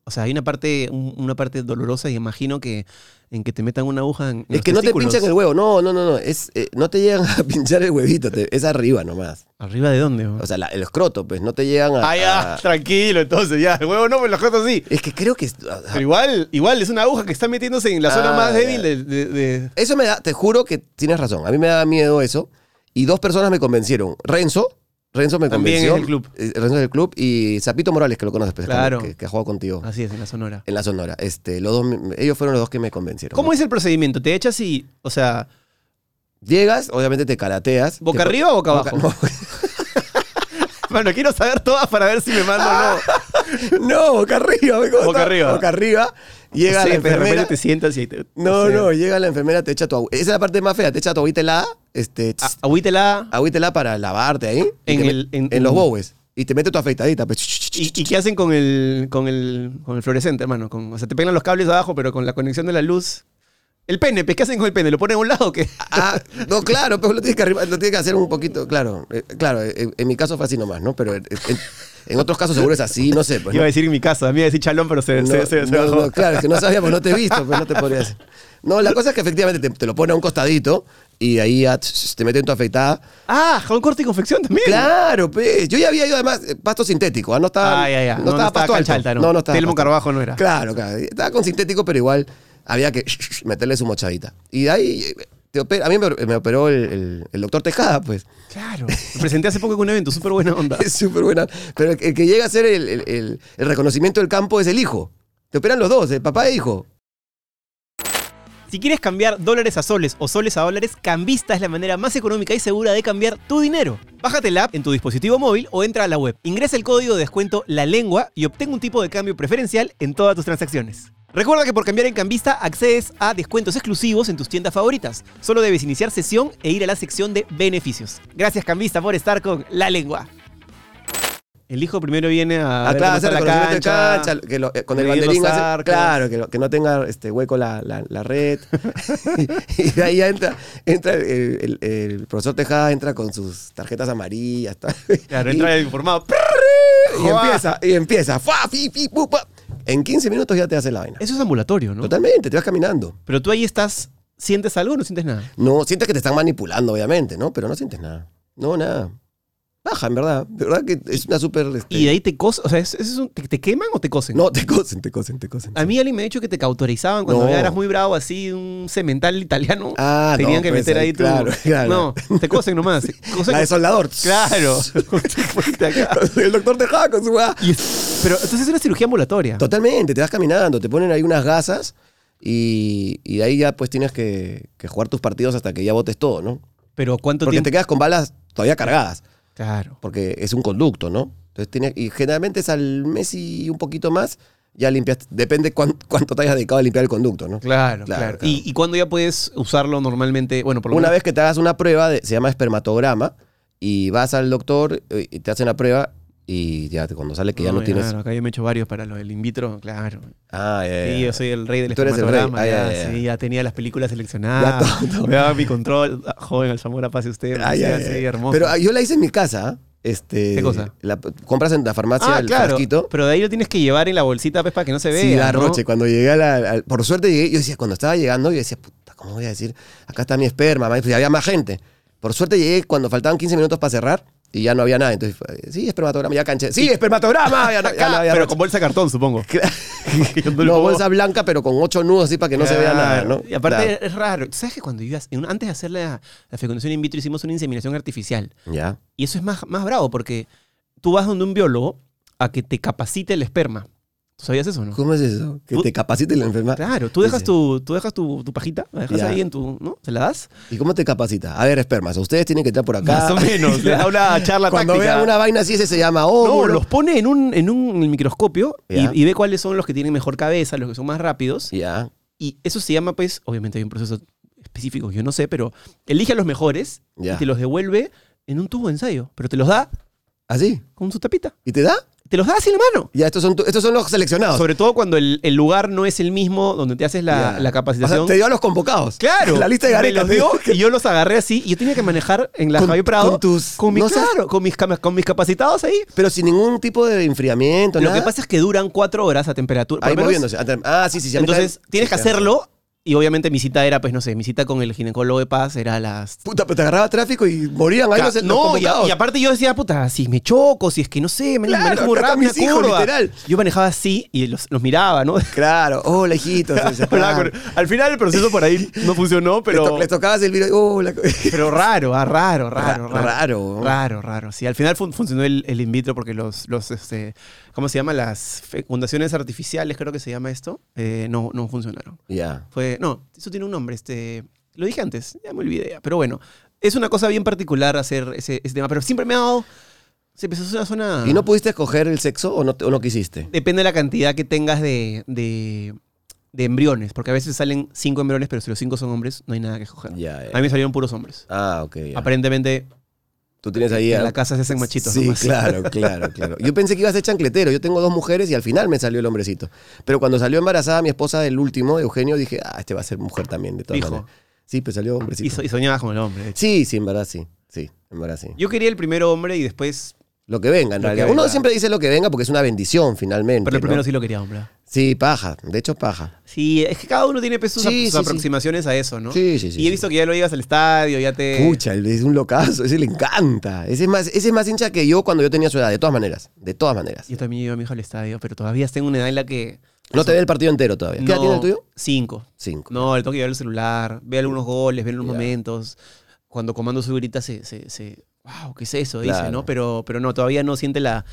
O sea, hay una parte, un- una parte dolorosa y imagino que en que te metan una aguja en. en Es los que no te testículos. pinchan el huevo, no, no, no, no. Es, eh, no te llegan a *laughs* pinchar el huevito, te- es arriba nomás. ¿Arriba de dónde? bro? O sea, la- el escroto, pues, no te llegan a. ah, ya, a- tranquilo, entonces, ya. El huevo no, pues las cosas sí. Es que creo que. Pero igual, igual, es una aguja que está metiéndose en la zona Ah, más ya. débil de. de- de- Eso me da, te juro que tienes razón. A mí me da miedo eso. Y dos personas me convencieron. Renzo. Renzo me También convenció. es del club. Eh, Renzo es del club. Y Zapito Morales, que lo conoces, pues, Claro. Ah. que, que ha jugado contigo Así es, en la sonora. en la Sonora. Este, los dos, me- ellos fueron los dos que me convencieron. Eh, ¿Cómo es el procedimiento? ¿Te echas y. O sea, *laughs* Llegas, obviamente te carateas. ¿boca Te- arriba o boca abajo? no, Bueno, quiero saber todas para ver si me mando o no. *laughs* no, boca arriba. me gusta. Boca arriba. Boca arriba. *laughs* Llega Llega la de repente enfermera. te sientas y te. No, o sea, no, llega la enfermera, te echa tu agüita. Esa es la parte más fea, te echa tu agüita helada. Este, a- Agüítela. agüítela para lavarte ahí. y Ah. En te el- met- en- en, los bowes. Y te mete tu afeitadita. pues. ¿Y, y qué hacen con el, con el, con el fluorescente, hermano? Con- o sea, te pegan los cables abajo, pero con la conexión de la luz. El pene, pues, ¿qué hacen con el pene? ¿Lo ponen a un lado o qué? *laughs* Ah, no, claro, pero lo tienes que arriba- lo tienes que hacer un poquito, claro, eh, claro, eh, en, mi caso fue así nomás, ¿no? Pero en, en- en otros casos seguro es así, no sé, pues. Iba ¿no? a decir en mi casa, a mí iba a decir chalón, pero se, No, se, se- se no, bajó. no, claro, es que no sabíamos, no te he visto, pues no te podría decir. No, la cosa es que efectivamente te, te lo pone a un costadito y de ahí ya tss, te meten tu afeitada. Ah, jabón corte y confección también. Claro, pues. Yo ya había ido además eh, pasto sintético, ¿ah? no estaba. Ah, ya, ya. No, No, no estaba estaba pasto alto. Chaltano. No, no estaba. Telmo pasto. Carvajal no era. Claro, claro. Estaba con sintético, pero igual había que meterle su mochadita. Y de ahí eh, te opera- a mí me, me operó el, el- el doctor Tejada, pues. *laughs* Claro. Me presenté hace poco en un evento, súper buena onda. Es súper buena. Pero el, el que llega a hacer el, el- el- el reconocimiento del campo es el hijo. Te operan los dos, el papá e hijo. Si quieres cambiar dólares a soles o soles a dólares, Cambista es la manera más económica y segura de cambiar tu dinero. Bájate la app en tu dispositivo móvil o entra a la web. Ingresa el código de descuento La Lengua y obtén un tipo de cambio preferencial en todas tus transacciones. Recuerda que por cambiar en Cambista accedes a descuentos exclusivos en tus tiendas favoritas. Solo debes iniciar sesión e ir a la sección de beneficios. Gracias Cambista por estar con La Lengua. El hijo primero viene a. Ah, ver claro, cómo hacer está reconocimiento de cancha, que lo- eh, con el medir los banderín. hace- arcos. claro, que, lo- que no tenga este hueco la, la- la red. *laughs* y de ahí ya entra, entra el, el- el- el profesor Tejada, entra con sus tarjetas amarillas. tal. Claro, Y- entra el informado. *laughs* y, empieza, y empieza. Fa, fi, fi, pu, pa. En 15 minutos ya te hace la vaina. Eso es ambulatorio, ¿no? Totalmente, te vas caminando. Pero tú ahí estás, ¿sientes algo o no sientes nada? No, sientes que te están manipulando, obviamente, ¿no? Pero no sientes nada. No, nada. Baja, en verdad. De verdad que es una súper... este, Y de ahí te cosen. O sea, ¿es, es un- te, te queman o te cosen? No, te cosen, te cosen, te cosen. A mí alguien me ha dicho que te cautorizaban cuando No. ya eras muy bravo, así, un cemental italiano. Ah, Tenían no, que pues, meter ahí tu. claro, *laughs* claro. *laughs* No, te cosen nomás. cosen- La de soldador. Claro. *laughs* Ponte acá. el doctor Tejada con su... ah. Y es- pero entonces es una cirugía ambulatoria. Totalmente, te vas caminando, te ponen ahí unas gasas y, y de ahí ya pues tienes que, que jugar tus partidos hasta que ya votes todo, ¿no? Pero ¿cuánto Porque tiempo? te quedas con balas todavía cargadas, Claro. porque es un conducto, ¿no? Entonces tienes, y generalmente es al mes y un poquito más, ya limpias, depende cuán- cuánto te hayas dedicado a limpiar el conducto, ¿no? Claro, claro. Claro, claro. ¿Y, y cuándo ya puedes usarlo normalmente? Bueno, por lo Una menos- vez que te hagas una prueba, de- se llama espermatograma, y vas al doctor eh, y te hacen la prueba y ya te- cuando sale que ya no, Ah, ya, tienes... claro, acá yo me he hecho varios para lo del in vitro, claro. Ah, ya, ya, Sí, ya. yo soy el rey del Tú eres el rey. espermatograma, Ah, ya, ya, ya. sí, ya tenía las películas seleccionadas. Ya, todo, todo. Me daba mi control. Ah, Joven Alzamora, pase usted. me Ah, ya, decía, ya, ya. sí, hermoso. Pero ah, yo la hice en mi casa. ¿ah? Este, ¿Qué cosa? la- compras en la farmacia ah, el claro. frasquito. Pero de ahí lo tienes que llevar en la bolsita pues, para que no se vea. Sí, la ¿no? roche. Cuando llegué a la, al- Por suerte llegué. Yo decía, cuando estaba llegando, yo decía, puta, ¿cómo voy a decir? Acá está mi esperma. ma- Y pues, había más gente. Por suerte llegué cuando faltaban 15 minutos para cerrar y ya no había nada. Entonces, fue, sí, espermatograma. Ya canché. Sí, espermatograma. Ya no, ya no había pero roche. con bolsa de cartón, *laughs* supongo. *laughs* No, bolsa blanca, pero con ocho nudos así para que no se vea nada, Claro. ¿no? Y aparte Claro. es raro. ¿Sabes que cuando yo, hace- en- antes de hacer la, la fecundación in vitro hicimos una inseminación artificial? Ya. Y eso es más, más bravo porque tú vas donde un biólogo a que te capacite el esperma. ¿Tú sabías eso o no? ¿Cómo es eso? Que Tú- te capacite la enfermedad. Claro, tú dejas Dice. tu, tú dejas tu, tu pajita, la dejas Ya. ahí en tu, ¿no? ¿Se la das? ¿Y cómo te capacita? A ver, espermas, ustedes tienen que entrar por acá. Más o menos, le da *laughs* una charla Cuando táctica. vean una vaina así, ese se llama No, óvulo. los pone en un, en un microscopio y- Ya. y, ve cuáles son los que tienen mejor cabeza, los que son más rápidos. Ya, Y eso se llama, pues, obviamente hay un proceso específico que yo no sé, pero elige a los mejores ya. y te los devuelve en un tubo de ensayo. Pero te los da ¿Así? con su tapita. ¿Y te da? Te los da así en la mano. Ya, estos son, tu- estos son los seleccionados. Sobre todo cuando el, el lugar no es el mismo donde te haces la, Ya. la capacitación. O sea, te dio a los convocados. Claro. *laughs* La lista de Me garetas. los dio y yo los agarré así y yo tenía que manejar en la Con- Javier Prado. con tus- Con mis, no seas- claro, con mis, cama- con mis capacitados ahí. Pero sin ningún tipo de enfriamiento, Lo nada. que pasa es que duran cuatro horas a temperatura. por Ahí lo menos. moviéndose. Ah, sí, sí, sí. a mí Entonces, también- tienes que sí, claro. hacerlo. Y obviamente mi cita era, pues no sé, mi cita con el ginecólogo de paz era a las... Puta, pero te agarraba tráfico y morían ahí los, los no, y, a- convocados. y aparte yo decía, puta, si me choco, si es que no sé, me Claro, manejo muy acá están rápido, mis una hijos, curva. literal. Yo manejaba así y los, los miraba, ¿no? *laughs* Claro. Hola, hijito. Se- se- Hablaba ah. con- Al final el proceso por ahí no funcionó, Le pero... to- Le tocabas el oh, virus. Hola. Pero raro, ah, raro, raro, Ra- raro. raro. Raro, raro. Sí, al final fun- funcionó el, el in vitro porque los, los este, ¿cómo se llama? Las fecundaciones artificiales, creo que se llama esto, eh, no, no funcionaron. *laughs* Ya. Fue, no, eso tiene un nombre, este, lo dije antes, ya me olvidé, ya, pero bueno, es una cosa bien particular hacer ese, ese tema, pero siempre me ha dado, se empezó a hacer una zona... ¿Y no pudiste escoger el sexo o no, te- o no quisiste? Depende de la cantidad que tengas de, de, de embriones, porque a veces salen cinco embriones, pero si los cinco son hombres, no hay nada que escoger. Ya, ya. A mí me salieron puros hombres. Ah, ok. ya. Aparentemente Tú tienes ahí. En a- la casa se hacen machitos Sí, nomás. *laughs* claro, claro, claro. Yo pensé que iba a ser chancletero. Yo tengo dos mujeres y al final me salió el hombrecito. Pero cuando salió embarazada mi esposa del último, Eugenio, dije, ah, este va a ser mujer también, de todas Dijo. maneras. Sí, pero salió hombrecito. Y, so- y soñabas con el hombre. de hecho. Sí, sí, en verdad sí. Sí, en verdad sí. Yo quería el primero hombre y después. Lo que venga, en Lo que realidad. venga. Uno siempre dice lo que venga porque es una bendición, finalmente. Pero el ¿no? primero sí lo quería hombre. Sí, paja. De hecho, paja. Sí, es que cada uno tiene pues, sus, Sí, sus sí, sí. aproximaciones a eso, ¿no? Sí, sí, sí, Y he sí. visto que ya lo llevas al estadio, ya te. Pucha, él es un locazo. Ese le encanta. Ese es, más, ese es más hincha que yo cuando yo tenía su edad. De todas maneras. De todas maneras. Yo también llevo a mi hijo al estadio, pero todavía tengo una edad en la que. No te ve el partido entero todavía. ¿Qué edad no- tiene el tuyo? Cinco. Cinco. No, le tengo que llevar el celular, ve algunos goles, ve algunos Ya. momentos. Cuando Comando su grita se, se, se- wow, ¿qué es eso? Dice, Claro. ¿no? Pero, pero no, todavía no siente la...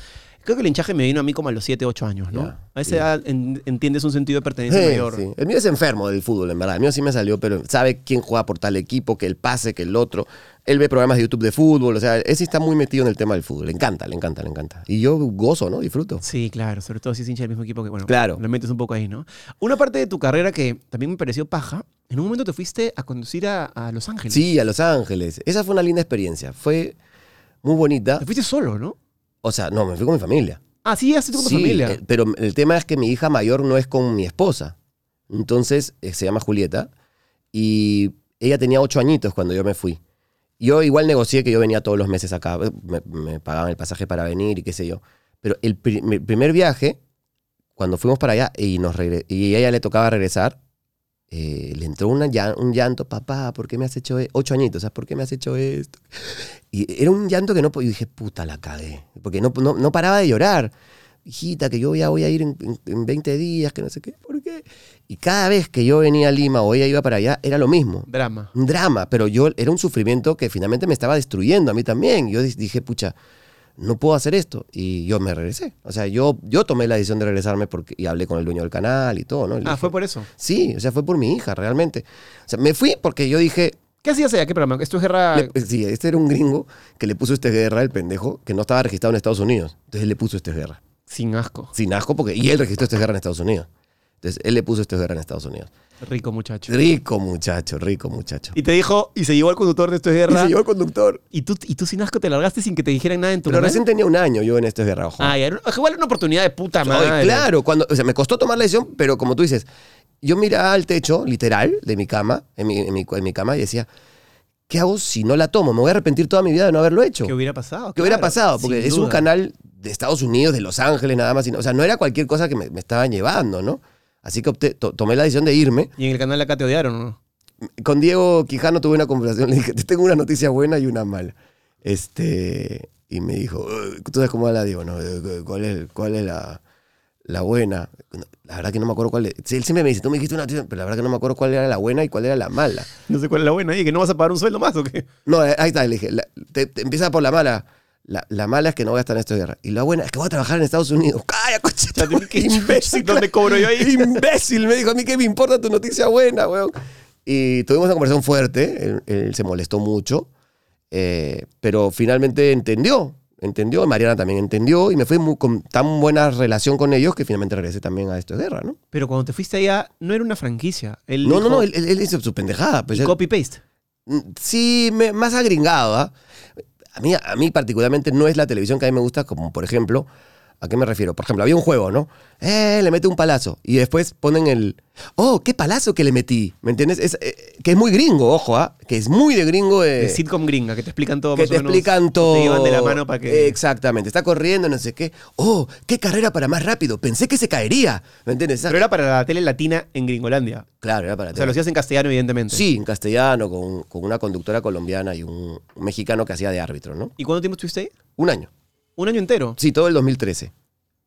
Creo que el hinchaje me vino a mí como a los 7, 8 años, ¿no? Ya, a esa ya. edad en- entiendes un sentido de pertenencia Sí, mayor. sí. El mío es enfermo del fútbol, en verdad. El mío sí me salió, pero sabe quién juega por tal equipo, que el pase, que el otro. Él ve programas de YouTube de fútbol. O sea, ese está muy metido en el tema del fútbol. Le encanta, le encanta, le encanta. Y yo gozo, ¿no? Disfruto. Sí, claro, sobre todo si es hincha del mismo equipo que, bueno, Claro. lo metes un poco ahí, ¿no? Una parte de tu carrera que también me pareció paja, en un momento te fuiste a conducir a, a Los Ángeles. Sí, a Los Ángeles. Esa fue una linda experiencia. Fue muy bonita. Te fuiste solo, ¿no? O sea, no, me fui con mi familia. Ah, sí, haces tú con tu Sí, familia. eh, pero el tema es que mi hija mayor no es con mi esposa. Entonces, eh, se llama Julieta. Y ella tenía ocho añitos cuando yo me fui. Yo igual negocié que yo venía todos los meses acá. eh, Me, me pagaban el pasaje para venir y qué sé yo. Pero el, pri- mi primer viaje, cuando fuimos para allá y, nos regre- y a ella le tocaba regresar, eh, le entró una llan- un llanto, papá, ¿por qué me has hecho esto? Ocho añitos, ¿sabes por qué me has hecho esto? Y era un llanto que no podía. Yo dije, puta, la cagué. Porque no, no, no paraba de llorar. Hijita, que yo ya voy a ir en, en- en 20 días, que no sé qué, ¿por qué? Y cada vez que yo venía a Lima o ella iba para allá, era lo mismo. Drama. Un drama, pero yo era un sufrimiento que finalmente me estaba destruyendo a mí también. Yo di- dije, pucha, no puedo hacer esto. Y yo me regresé. O sea, yo, yo tomé la decisión de regresarme porque, y hablé con el dueño del canal y todo, ¿no? Y le Ah, dije- fue por eso. Sí, o sea, fue por mi hija, realmente. O sea, me fui porque yo dije, ¿Qué hacías allá? ¿Qué programa? ¿Esto es guerra? le- sí, este era un gringo que le puso este guerra, el pendejo, que no estaba registrado en Estados Unidos. Entonces le puso este guerra. Sin asco. Sin asco, porque. Y él registró esta guerra en Estados Unidos. Entonces, él le puso esta guerra en Estados Unidos. Rico muchacho. Rico muchacho, rico muchacho. Y te dijo, y se llevó al conductor de esto es Y guerra. se Y, llevó el conductor. tú, y tú sin asco te largaste sin que te dijeran nada en tu Pero canal? recién tenía un año yo en esta guerra, ojo. Ah, ya, era un- igual era una oportunidad de puta madre. Ay, claro, cuando, o sea, me costó tomar la decisión, pero como tú dices, yo miraba al techo, literal, de mi cama, en mi, en mi- en mi cama, y decía, ¿qué hago si no la tomo? Me voy a arrepentir toda mi vida de no haberlo hecho. ¿Qué hubiera pasado? ¿Qué hubiera Claro, pasado? Porque sin es un duda. canal de Estados Unidos, de Los Ángeles, nada más. y no- O sea, no era cualquier cosa que me, me estaban llevando, ¿no? Así que opté- to- tomé la decisión de irme. Y en el canal acá te odiaron, ¿no? Con Diego Quijano tuve una conversación. Le dije, te tengo una noticia buena y una mala. Este, y me dijo, "Eh, ¿tú sabes cómo va la Diego? No, eh, ¿cuál es, cuál es la, la buena? No, La verdad que no me acuerdo cuál es. Sí, Él siempre me dice, tú me dijiste una noticia, pero la verdad que no me acuerdo cuál era la buena y cuál era la mala. No sé cuál es la buena. ¿Y que no vas a pagar un sueldo más o qué? No, eh, ahí está, le dije, la- te, te empieza por la mala. La, la mala es que no voy a estar en esta guerra. Y la buena es que voy a trabajar en Estados Unidos. ¡Calla, coche! Ya, dime qué chucha, ¿dónde claro. cobro yo ahí? ¡Imbécil! Me dijo a mí que me importa tu noticia buena, weón. Y tuvimos una conversación fuerte. Él, él se molestó mucho. eh, pero finalmente entendió. Entendió. Mariana también entendió. Y me fui muy- con tan buena relación con ellos que finalmente regresé también a esta guerra, ¿no? Pero cuando te fuiste allá, no era una franquicia. Él No, dijo, no, no. Él, él- él hizo su pendejada. Pues y él- Copy-paste. Mm, Sí, me- más agringado. ¿ah? A, mí, a mí particularmente no es la televisión que a mí me gusta, como por ejemplo, ¿a qué me refiero? Por ejemplo, había un juego, ¿no? Eh, le mete un palazo. Y después ponen el, oh, qué palazo que le metí. ¿Me entiendes? Es, eh, que es muy gringo, ojo, ¿ah? Que es muy de gringo. eh, De sitcom gringa, que te explican todo que más o te menos. explican todo. Te llevan de la mano para que... Exactamente. Está corriendo, no sé qué. Oh, qué carrera para más rápido. Pensé que se caería. ¿Me entiendes? Esa- Pero era para la tele latina en Gringolandia. Claro, era para O sea, lo hacías en castellano, evidentemente. Eh. Sí, en castellano, con, con una conductora colombiana y un, un mexicano que hacía de árbitro, ¿no? ¿Y cuánto tiempo estuviste ahí? Un año. Un año entero. Sí, todo el 2013.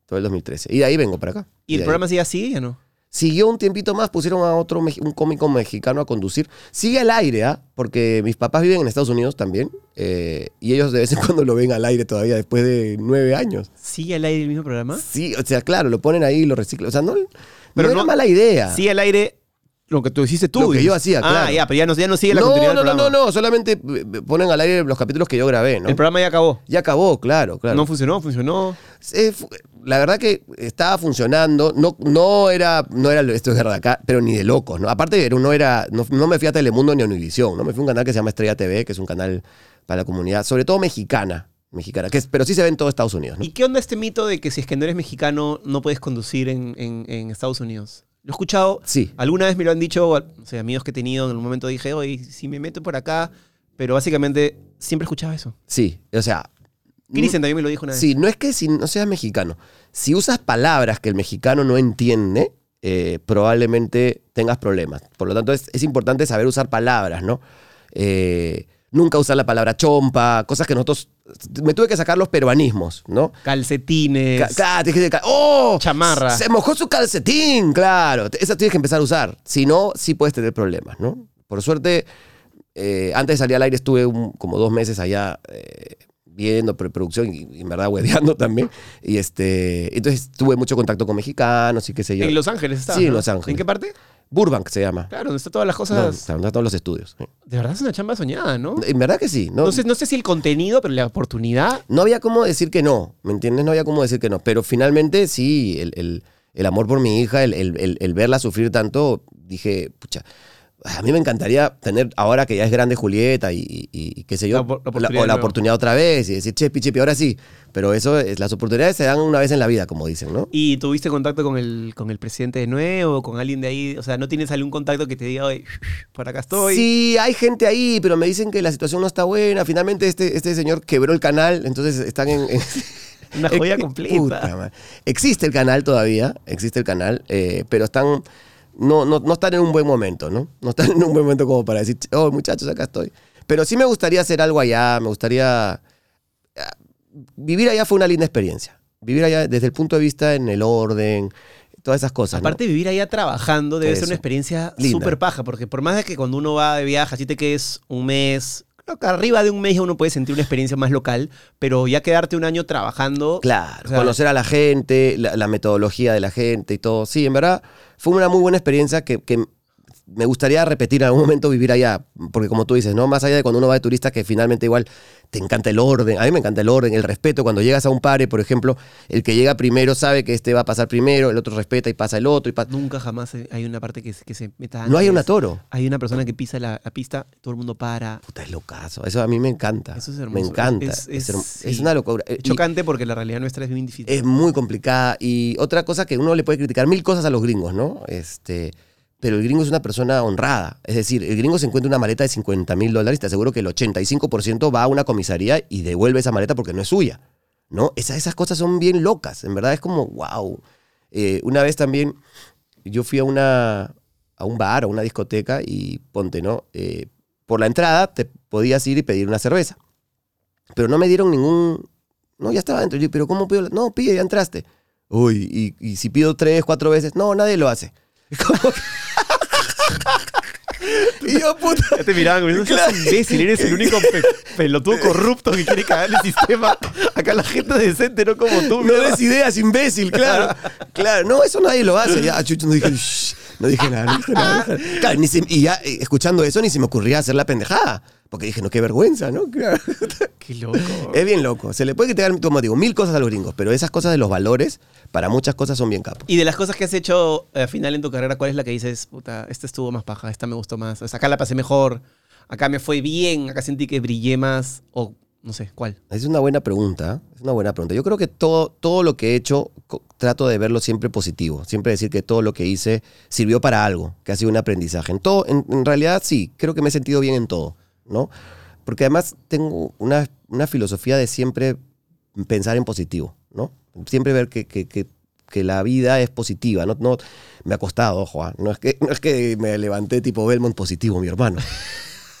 Todo el 2013. Y de ahí vengo para acá. ¿Y el de ahí. programa sigue así ya no? Siguió un tiempito más, pusieron a otro mex- un cómico mexicano a conducir. Sigue al aire, ¿ah? Porque mis papás viven en Estados Unidos también. eh, y ellos de vez en cuando lo ven al aire todavía después de nueve años. ¿Sigue al aire el mismo programa? Sí, o sea, claro, lo ponen ahí, lo reciclan. O sea, no, ¿Ah? Pero pero no, no- era mala idea. Sigue al aire lo que tú hiciste tú. Lo que dices. yo hacía, Ah, claro. ya, pero ya no, ya no sigue la no, continuidad no, del no, programa. no, no, solamente eh, ponen al aire los capítulos que yo grabé, ¿no? El programa ya acabó. Ya acabó, claro, claro. No funcionó, funcionó. Eh, fu- la verdad que estaba funcionando, no, no era, no era lo- esto es guerra de acá, pero ni de locos, ¿no? Aparte era- no era, no, no me fui a Telemundo ni a Univisión, ¿no? Me fui a un canal que se llama Estrella TV, que es un canal para la comunidad, sobre todo mexicana. Mexicana, que es- pero sí se ve en todo Estados Unidos. ¿no? ¿Y qué onda este mito de que si es que no eres mexicano no puedes conducir en, en- en Estados Unidos? Lo he escuchado, Sí. alguna vez me lo han dicho, o o sea, amigos que he tenido, en algún momento dije, oye, si me meto por acá, pero básicamente siempre escuchaba eso. Sí, o sea. Cristian también me lo dijo una vez. Mm. Sí, no es que si no seas mexicano. Si usas palabras que el mexicano no entiende, eh, probablemente tengas problemas. Por lo tanto, es, es importante saber usar palabras, ¿no? Eh, nunca usar la palabra chompa, cosas que nosotros. Me tuve que sacar los peruanismos, ¿no? Calcetines. Ca- ca- tienes que- ca- ¡Oh! Chamarra. Se mojó su calcetín, claro. Te- Esa tienes que empezar a usar. Si no, sí puedes tener problemas, ¿no? Por suerte, eh, antes de salir al aire estuve un- como dos meses allá eh, viendo preproducción y, y en verdad hueveando *laughs* también. Y este, entonces tuve mucho contacto con mexicanos y qué sé yo. en Los Ángeles está. Sí, en ¿no? Los Ángeles. ¿En qué parte? Burbank se llama. Claro, donde están todas las No, cosas. están todos los estudios. ¿eh? De verdad es una chamba soñada, ¿no? En verdad que sí. No, No sé, no sé si el contenido, pero la oportunidad. no había cómo decir que no, ¿me entiendes? No había cómo decir que no. Pero finalmente sí, el, el- el amor por mi hija, el, el- el- el verla sufrir tanto, dije, pucha, a mí me encantaría tener, ahora que ya es grande Julieta y, y- y qué sé yo, La opor- la oportunidad o de la nuevo. oportunidad otra vez y decir, chepi, chepi, ahora sí. Pero eso, es, las oportunidades se dan una vez en la vida, como dicen, ¿no? ¿Y tuviste contacto con el, con el presidente de nuevo, con alguien de ahí? O sea, ¿no tienes algún contacto que te diga, oye, por acá estoy? Sí, hay gente ahí, pero me dicen que la situación no está buena. Finalmente este, este señor quebró el canal, entonces están en... en- Una joya Ex- completa. puta madre. existe el canal todavía, existe el canal, eh, pero están... No, no, no están en un buen momento, ¿no? No están en un buen momento como para decir, oh, muchachos, acá estoy. Pero sí me gustaría hacer algo allá, me gustaría... ah, Vivir allá fue una linda experiencia. Vivir allá desde el punto de vista en el orden, todas esas cosas. ¿no? Aparte de vivir allá trabajando debe ser Eso. una experiencia Linda. súper paja, porque por más de que cuando uno va de viaje, así te quedes un mes, creo que arriba de un mes ya uno puede sentir una experiencia más local, pero ya quedarte un año trabajando... Claro, O sea, conocer a la gente, la, la metodología de la gente y todo. Sí, en verdad, fue una muy buena experiencia que, que me gustaría repetir en algún momento vivir allá. Porque como tú dices, ¿no? Más allá de cuando uno va de turista, que finalmente igual te encanta el orden. A mí me encanta el orden, el respeto. Cuando llegas a un pare, por ejemplo, el que llega primero sabe que este va a pasar primero, el otro respeta y pasa el otro. y pa- Nunca jamás hay una parte que, se- que se meta No hay antes. una toro. Hay una persona que pisa la, la pista, todo el mundo para. Puta, es locazo. Eso a mí me encanta. Eso es hermoso. Me encanta. Es- Es, es- herm- sí. es una locura. Eh, Es Y- chocante porque la realidad nuestra es bien difícil. es muy complicada. Y otra cosa que uno le puede criticar mil cosas a los gringos, ¿no? Este, pero el gringo es una persona honrada. Es decir, el gringo se encuentra una maleta de 50 mil dólares y te aseguro que el 85% va a una comisaría y devuelve esa maleta porque no es suya, ¿no? Esas, esas cosas son bien locas. En verdad es como, wow. Eh, una vez también yo fui a una a un bar, a una discoteca y ponte, ¿no? Eh, por la entrada te podías ir y pedir una cerveza. Pero no me dieron ningún... No, ya estaba dentro. Yo, pero ¿cómo pido? la- No, pide, ya entraste. Uy, y, y si pido tres, cuatro veces. No, nadie lo hace. *laughs* Como que- y yo, puta. Ya te miraban con eso, Claro. "Sos imbécil, eres el único pe- pelotudo corrupto que quiere cagar el sistema. Acá la gente es decente, no como *laughs* tú. No mierda. des ideas, imbécil, claro. *laughs* Claro, no, eso nadie lo hace. Ya, chucho, no dije, "Shh", no dije nada. no dije nada. *laughs* Claro, ni se- y ya eh, escuchando eso ni se me ocurría hacer la pendejada. Porque dije, no, qué vergüenza, ¿no? *laughs* Claro. Qué loco. Es bien loco. Se le puede quitar, como digo, mil cosas a los gringos, pero esas cosas de los valores, para muchas cosas son bien capos. Y de las cosas que has hecho eh, al final en tu carrera, ¿cuál es la que dices, puta, esta estuvo más paja, esta me gustó más? O sea, acá la pasé mejor, acá me fue bien, acá sentí que brillé más, o no sé, ¿cuál? Es una buena pregunta. ¿eh? Es una buena pregunta. Yo creo que todo, todo lo que he hecho, co- trato de verlo siempre positivo. Siempre decir que todo lo que hice sirvió para algo, que ha sido un aprendizaje. En todo, en, en realidad sí, creo que me he sentido bien en todo, ¿no? Porque además tengo una, una filosofía de siempre pensar en positivo, ¿no? Siempre ver que, que- que- que la vida es positiva. No, no, me ha costado, ojo, ¿ah? no, es que, no es que me levanté tipo Belmont positivo, mi hermano.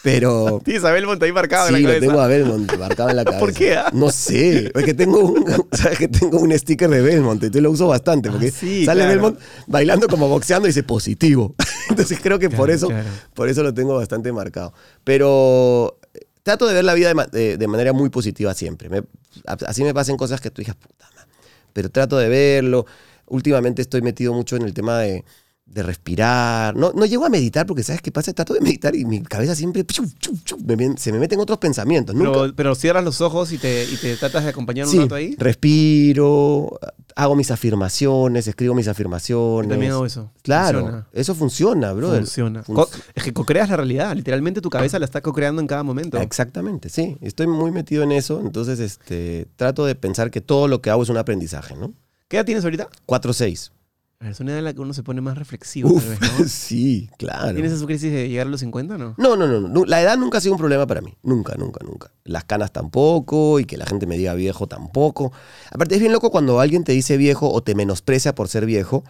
Pero Sí, Isabel Montaí marcado sí, lo tengo a Belmont marcado en la cabeza. *laughs* ¿Por qué, ah? No sé. Es que tengo un, *laughs* ¿sabes que tengo un sticker de Belmont. Entonces lo uso bastante. Porque Ah, sí, sale claro. Belmont bailando como boxeando y dice positivo. *laughs* Entonces creo que por, Claro, eso, claro. por eso lo tengo bastante marcado. Pero eh, trato de ver la vida de, ma- de- de manera muy positiva siempre. Me- a- así me pasen cosas que tú digas, puta madre. Pero trato de verlo. Últimamente estoy metido mucho en el tema de, de respirar. No, no llego a meditar porque, ¿sabes qué pasa? Trato de meditar y mi cabeza siempre chu, chu, chu, me ven- se me meten otros pensamientos. Nunca, Pero, pero cierras los ojos y te, y te tratas de acompañar un Sí, rato ahí. respiro, hago mis afirmaciones, escribo mis afirmaciones. También hago eso. Claro, Funciona. eso funciona, brother. Funciona. Func- Co- es que co-creas la realidad. Literalmente tu cabeza la está co-creando en cada momento. Exactamente, sí. Estoy muy metido en eso, entonces este, trato de pensar que todo lo que hago es un aprendizaje, ¿no? ¿Qué edad tienes ahorita? 4-6. A ver, es una edad en la que uno se pone más reflexivo, tal vez, *laughs* Uf, ¿no? sí, claro. ¿Tienes esa crisis de llegar a los 50 o no? No, no, no, no, nu- La edad nunca ha sido un problema para mí. Nunca, nunca, nunca. Las canas tampoco y que la gente me diga viejo tampoco. Aparte es bien loco cuando alguien te dice viejo o te menosprecia por ser viejo,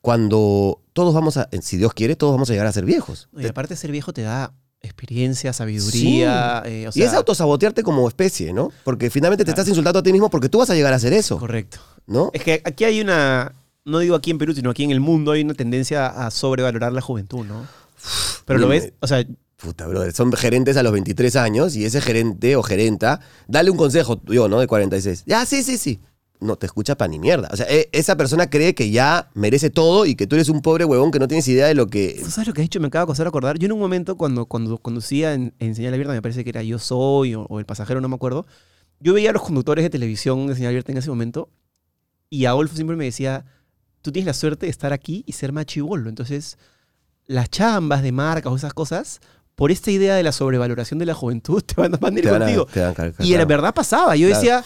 cuando todos vamos a, si Dios quiere, todos vamos a llegar a ser viejos. Y aparte ser viejo te da experiencia, sabiduría. eh, o y es sea, autosabotearte como especie, ¿no? Porque finalmente te estás insultando a ti mismo porque tú vas a llegar a hacer eso, Correcto. ¿no? Es que aquí hay una, no digo aquí en Perú, sino aquí en el mundo hay una tendencia a sobrevalorar la juventud, ¿no? Pero lo dime. ves, o sea, Puta, brother, son gerentes a los 23 años y ese gerente o gerenta, dale un consejo, yo, ¿no? De 46. Ya, sí, sí, sí. No te escucha pa' ni mierda. O sea, e- esa persona cree que ya merece todo y que tú eres un pobre huevón que no tienes idea de lo que... ¿Tú sabes lo que has dicho? Me acabo de hacer acordar. Yo en un momento, cuando, cuando conducía en, en Señal Abierta, me parece que era Yo Soy o, o El Pasajero, no me acuerdo. Yo veía a los conductores de televisión de Señal Abierta en ese momento y Adolfo siempre me decía, tú tienes la suerte de estar aquí y ser machibolo. Entonces, las chambas de marcas o esas cosas, por esta idea de la sobrevaloración de la juventud, *laughs* te van, van a ir te van a- contigo. te van a cargar, Y la claro. verdad pasaba. Yo Claro. decía,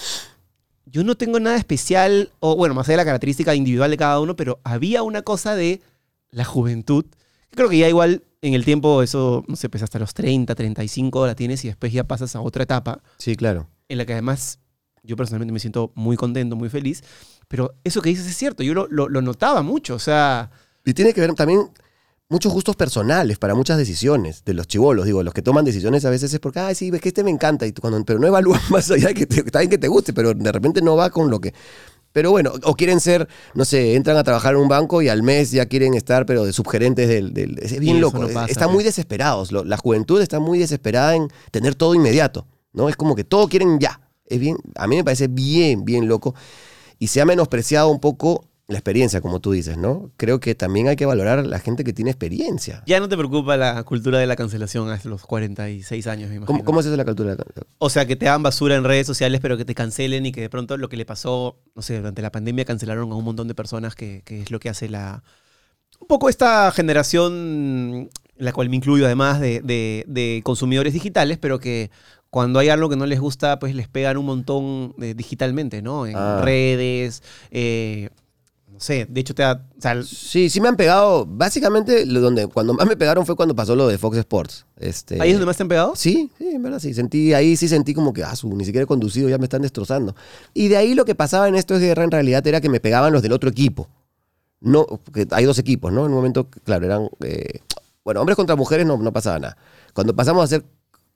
yo no tengo nada especial, o bueno, más allá de la característica individual de cada uno, pero había una cosa de la juventud. Creo que ya igual en el tiempo eso, no sé, pues hasta los 30, 35 la tienes y después ya pasas a otra etapa Sí, claro. en la que además yo personalmente me siento muy contento, muy feliz. Pero eso que dices es cierto, yo lo, lo- lo notaba mucho, o sea, Y tiene que ver también muchos gustos personales para muchas decisiones de los chivolos. Digo, los que toman decisiones a veces es porque, ay, sí, ves que este me encanta, y tú cuando, pero no evalúan *laughs* más allá de que te, está bien que te guste, pero de repente no va con lo que... Pero bueno, o quieren ser, no sé, entran a trabajar en un banco y al mes ya quieren estar, pero de subgerentes del... del- es bien eso loco, no es- pasa, están pues. muy desesperados, lo- la juventud está muy desesperada en tener todo inmediato, ¿no? Es como que todo quieren ya. Es bien, a mí me parece bien, bien loco y se ha menospreciado un poco la experiencia, como tú dices, ¿no? Creo que también hay que valorar a la gente que tiene experiencia. ya no te preocupa la cultura de la cancelación a los 46 años, me imagino. ¿Cómo, cómo es eso de la cultura? O sea, que te hagan basura en redes sociales, pero que te cancelen y que de pronto lo que le pasó, no sé, durante la pandemia cancelaron a un montón de personas, que, que es lo que hace la. Un poco esta generación, la cual me incluyo además, de, de- de consumidores digitales, pero que cuando hay algo que no les gusta, pues les pegan un montón eh, digitalmente, ¿no? En Ah. redes, eh, no sé, de hecho te da. o sea, Sí, sí me han pegado. Básicamente, lo donde, cuando más me pegaron fue cuando pasó lo de Fox Sports. Este, ¿Ahí es donde más te han pegado? Sí, sí, en verdad sí. Sentí, ahí sí sentí como que, ah, su, ni siquiera he conducido, ya me están destrozando. Y de ahí lo que pasaba en esto es guerra en realidad era que me pegaban los del otro equipo. No, que hay dos equipos, ¿no? En un momento, claro, eran, eh, bueno, hombres contra mujeres no, no pasaba nada. Cuando pasamos a hacer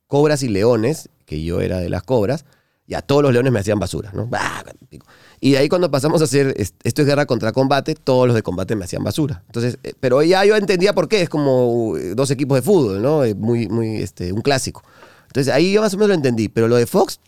cobras y leones, que yo era de las cobras, ya todos los leones me hacían basura, ¿no? Ah, Bah, pico. Y de ahí cuando pasamos a hacer es- esto es guerra contra combate, todos los de combate me hacían basura. Entonces, eh, pero ya yo entendía por qué, es como eh, dos equipos de fútbol, ¿no? Eh, Muy, muy, este, un clásico. Entonces ahí yo más o menos lo entendí, pero lo de Fox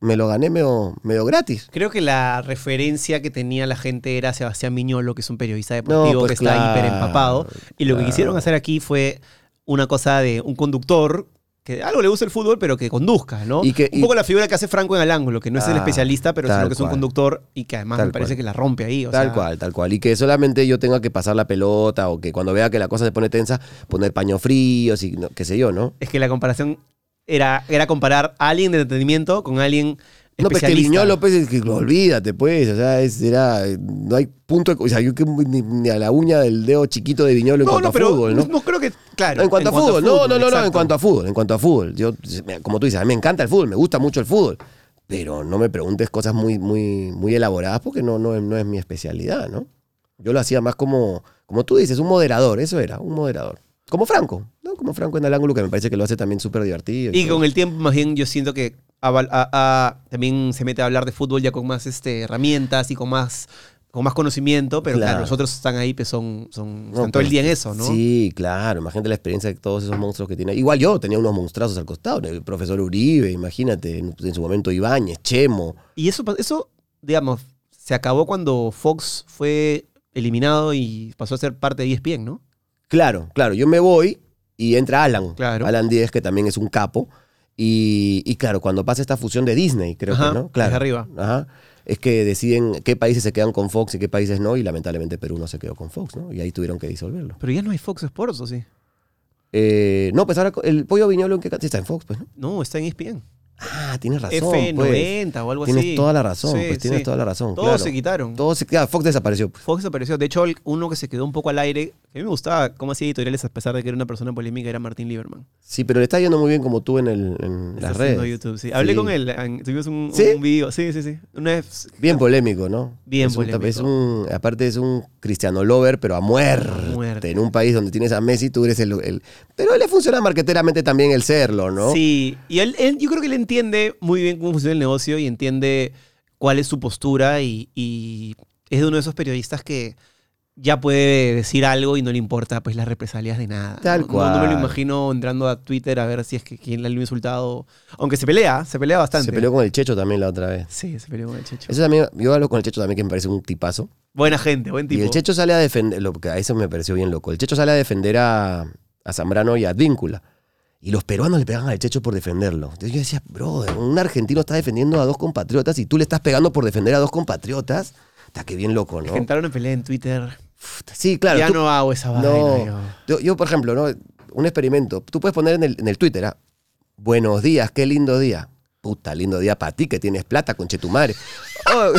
me lo gané medio, medio gratis. Creo que la referencia que tenía la gente era Sebastián Miñolo, que es un periodista deportivo No, pues que está claro, hiper empapado. Y lo claro. que quisieron hacer aquí fue una cosa de un conductor que algo le gusta el fútbol, pero que conduzca, ¿no? Y que- un y- poco la figura que hace Franco en el ángulo, que no es el Ah, especialista, pero sino tal que es un cual. conductor y que además Tal me parece cual. que la rompe ahí. o Tal sea, cual, tal cual. Y que solamente yo tenga que pasar la pelota o que cuando vea que la cosa se pone tensa, poner paños fríos y no- qué sé yo, ¿no? Es que la comparación era, era comparar a alguien de entretenimiento con alguien No, pues que especialista. Viñó López, es que, olvídate, pues. O sea, es, era, eh, no hay punto de. O sea, yo que ni, ni a la uña del dedo chiquito de Viñolo en no, cuanto no, a pero fútbol, ¿no? no creo que... Claro. Ah, No, en cuanto, a fútbol, no, no, no, no, en exacto. cuanto a fútbol, en cuanto a fútbol. Yo, mira, como tú dices, a mí me encanta el fútbol, me gusta mucho el fútbol, pero no me preguntes cosas muy, muy, muy elaboradas porque no, no, es- no es mi especialidad, ¿no? Yo lo hacía más como, como tú dices, un moderador, eso era, un moderador. Como Franco, ¿no? Como Franco en el ángulo, que me parece que lo hace también súper divertido. Y todo. con el tiempo, más bien, yo siento que aval- a- a- también se mete a hablar de fútbol ya con más este, herramientas y con más, con más conocimiento, pero claro, Claro. los otros están ahí, pues son, son No, están todo el pues, día en eso, ¿no? Sí, claro. Imagínate la experiencia de todos esos monstruos que tiene. Igual yo tenía unos monstruazos al costado. El profesor Uribe, imagínate, en, en su momento Ibáñez, Chemo. Y eso, pa- eso, digamos, se acabó cuando Fox fue eliminado y pasó a ser parte de E ESPN, ¿no? Claro, claro. Yo me voy y entra Alan. Claro. Alan Díez, que también es un capo. Y, y claro, cuando pasa esta fusión de Disney, creo Ajá, que, ¿no? Claro. desde arriba. Ajá. es que deciden qué países se quedan con Fox y qué países no, y lamentablemente Perú no se quedó con Fox, ¿no? Y ahí tuvieron que disolverlo. Pero ya no hay Fox Sports, ¿o sí? Eh, no, pues ahora el pollo viñolo en qué can- sí está en Fox, pues, ¿no? No, está en E ESPN. Ah, tienes razón. pues. F90 o algo así. Tienes toda la razón, Sí, pues tienes sí. toda la razón. Todos claro. se quitaron. Todos se- ah, Fox desapareció. pues. Fox apareció. De hecho, el- uno que se quedó un poco al aire, que a mí me gustaba cómo hacía editoriales a pesar de que era una persona polémica, era Martín Lieberman. Sí, pero le está yendo muy bien como tú en, el, en Está las haciendo redes. YouTube, sí. Hablé Sí. con él, en- tuvimos un, ¿Sí? un video. Sí, sí, sí. Una vez- Bien polémico, ¿no? Bien Es un- polémico. es un, aparte es un cristiano lover, pero a muerte. A muerte. En un país donde tienes a Messi, tú eres el... el- pero le funciona marqueteramente también el serlo, ¿no? Sí, y él, él- yo creo que él entiende muy bien cómo funciona el negocio y entiende cuál es su postura y, y es de uno de esos periodistas que ya puede decir algo y no le importa pues las represalias de nada. Tal No- no- No, me cual. lo imagino entrando a Twitter a ver si es que quién le ha insultado. Aunque se pelea, se pelea bastante. Se peleó con el Checho también la otra vez. Sí, se peleó con el Checho. Eso también, yo hablo con el Checho también que me parece un tipazo. Buena gente, buen tipo. Y el Checho sale a defender, lo que a eso me pareció bien loco. El Checho sale a defender a, a Zambrano y a Advíncula. Y los peruanos le pegaban al Checho por defenderlo. Entonces yo decía, brother, un argentino está defendiendo a dos compatriotas y tú le estás pegando por defender a dos compatriotas. Está que bien loco, ¿no? Entraron en pelea en Twitter. Sí, claro. ya tú- no hago esa vaina. yo. no. Yo, yo, por ejemplo, ¿no? un experimento. Tú puedes poner en el, en el Twitter, ah, buenos días, qué lindo día. Puta, lindo día para ti que tienes plata, conche *laughs* tu madre. Oh.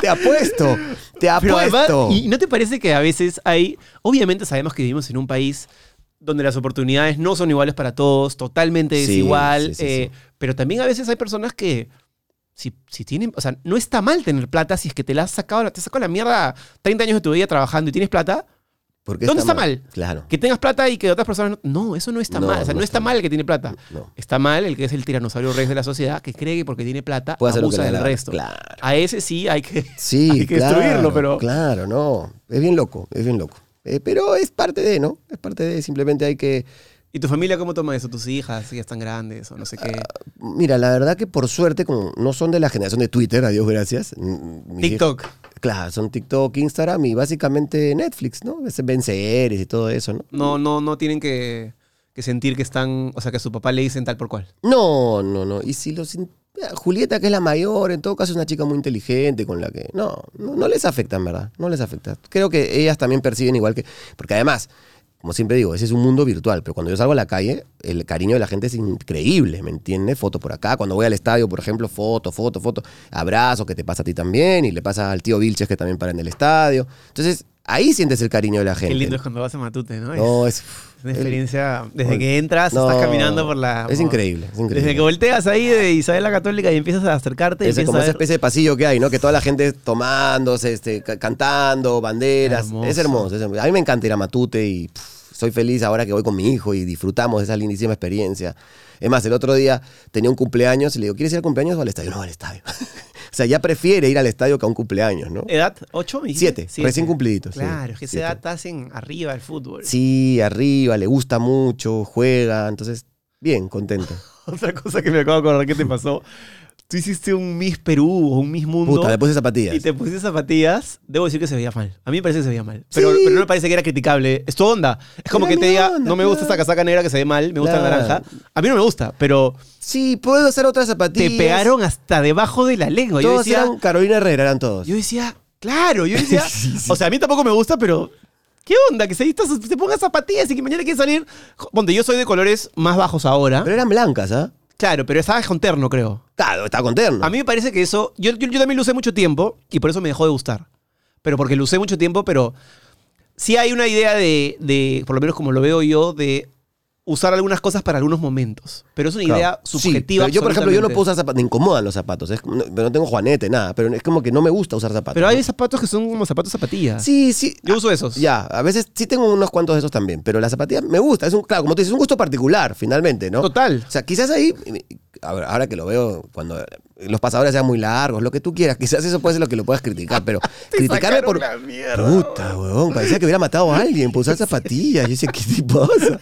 te apuesto, te Pero además, apuesto. ¿y no te parece que a veces hay, obviamente sabemos que vivimos en un país donde las oportunidades no son iguales para todos, totalmente Sí, desigual, sí, sí, eh, pero también a veces hay personas que si, si tienen, o sea, no está mal tener plata si es que te la has sacado, te has sacado la mierda 30 años de tu vida trabajando y tienes plata, ¿Por qué ¿dónde está mal? Claro. que tengas plata y que otras personas no, no, eso no está No, mal, o sea, no, no está está mal el que tiene plata. No. Está mal el que es el tiranosaurio rey de la sociedad que cree que porque tiene plata Puede hacer lo que abusa le dé del la gana. resto. Claro. A ese sí hay que *laughs* Sí, Hay que claro, destruirlo, pero- Claro, no. Es bien loco, es bien loco. Eh, pero es parte de, ¿no? Es parte de, simplemente hay que... ¿Y tu familia cómo toma eso? ¿Tus hijas si ya están grandes o no sé qué? Ah, Mira, la verdad que por suerte, como no son de la generación de Twitter, a Dios gracias. mm, mis TikTok. hijas- Claro, son TikTok, Instagram y básicamente Netflix, ¿no? Se Ven series y todo eso, ¿no? No, no, no tienen que, que sentir que están, o sea, que a su papá le dicen tal por cual. No, no, no. Y si los... in- Julieta, que es la mayor, en todo caso es una chica muy inteligente con la que... No, no, no les afecta, en verdad. No les afecta. Creo que ellas también perciben igual que... Porque además, como siempre digo, ese es un mundo virtual, pero cuando yo salgo a la calle, el cariño de la gente es increíble, ¿me entiendes? Foto por acá, cuando voy al estadio, por ejemplo, foto, foto, foto, abrazo que te pasa a ti también y le pasa al tío Vilches que también para en el estadio. Entonces, ahí sientes el cariño de la gente. Qué lindo es cuando vas a Matute, ¿no? No, es... es una experiencia. Desde el- que entras, No, estás caminando por la. Es por- increíble, es increíble. Desde que volteas ahí de Isabel la Católica y empiezas a acercarte. y Ese es empiezas como a esa ver- especie de pasillo que hay, ¿no? Que toda la gente tomándose, este, ca- cantando, banderas. Hermoso. Es hermoso, es hermoso. A mí me encanta ir a Matute y pff, soy feliz ahora que voy con mi hijo y disfrutamos de esa lindísima experiencia. Es más, el otro día tenía un cumpleaños y le digo, ¿quieres ir al cumpleaños o al estadio? No, al estadio. *laughs* o sea, ya prefiere ir al estadio que a un cumpleaños, ¿no? ¿Edad? ¿Ocho? me dijiste? Siete, recién cumpliditos, sí, Claro, es que esa siete. edad estás en arriba del fútbol. Sí, *laughs* arriba, le gusta mucho, juega, entonces, bien, contento. Otra cosa que me acabo de acordar que te pasó. Tú hiciste un Miss Perú o *laughs* un Miss Mundo. Puta, le puse zapatillas. Y te pusiste zapatillas, debo decir que se veía mal. A mí me parece que se veía mal. Pero, pero no me parece que era criticable. Es tu onda. Es como Era que te mi diga, onda, no me gusta esa claro. casaca negra que se ve mal, me gusta la Claro. naranja. A mí no me gusta, pero Sí, puedo hacer otras te zapatillas. pegaron hasta debajo de la lengua. Yo Todos decía, eran Carolina Herrera, eran todos. yo decía, claro, yo *laughs* decía, o sea, a mí tampoco me gusta, pero ¿qué onda? Que se, vista- se ponga zapatillas y que mañana quiere salir. Ponte, yo soy de colores más bajos ahora. Pero eran blancas, ¿ah? Claro, pero estabas con terno, creo. Claro, estaba con terno. A mí me parece que eso. Yo, yo, yo también lo usé mucho tiempo y por eso me dejó de gustar. Pero porque lo usé mucho tiempo, pero sí hay una idea de, de, por lo menos como lo veo yo, de usar algunas cosas para algunos momentos. Pero es una Claro. idea Sí, subjetiva. pero yo, por ejemplo, yo no absolutamente. puedo usar zapatos. Me incomodan los zapatos. Es, como- no, pero no tengo juanete, nada. Pero es como que no me gusta usar zapatos. Pero ¿no? hay zapatos que son como zapatos zapatillas. Sí, sí. Yo uso esos. Ya, a veces sí tengo unos cuantos de esos también. Pero las zapatillas me gusta. Es un, claro, como tú dices, es un gusto particular, finalmente, ¿no? Total. O sea, quizás ahí, a ver, ahora que lo veo, cuando los pasadores sean muy largos, lo que tú quieras, quizás eso puede ser lo que lo puedas criticar, *laughs* pero criticarme por... Puta, weón, parecía que hubiera matado a alguien por usar zapatillas. Yo decía, ¿qué te pasa?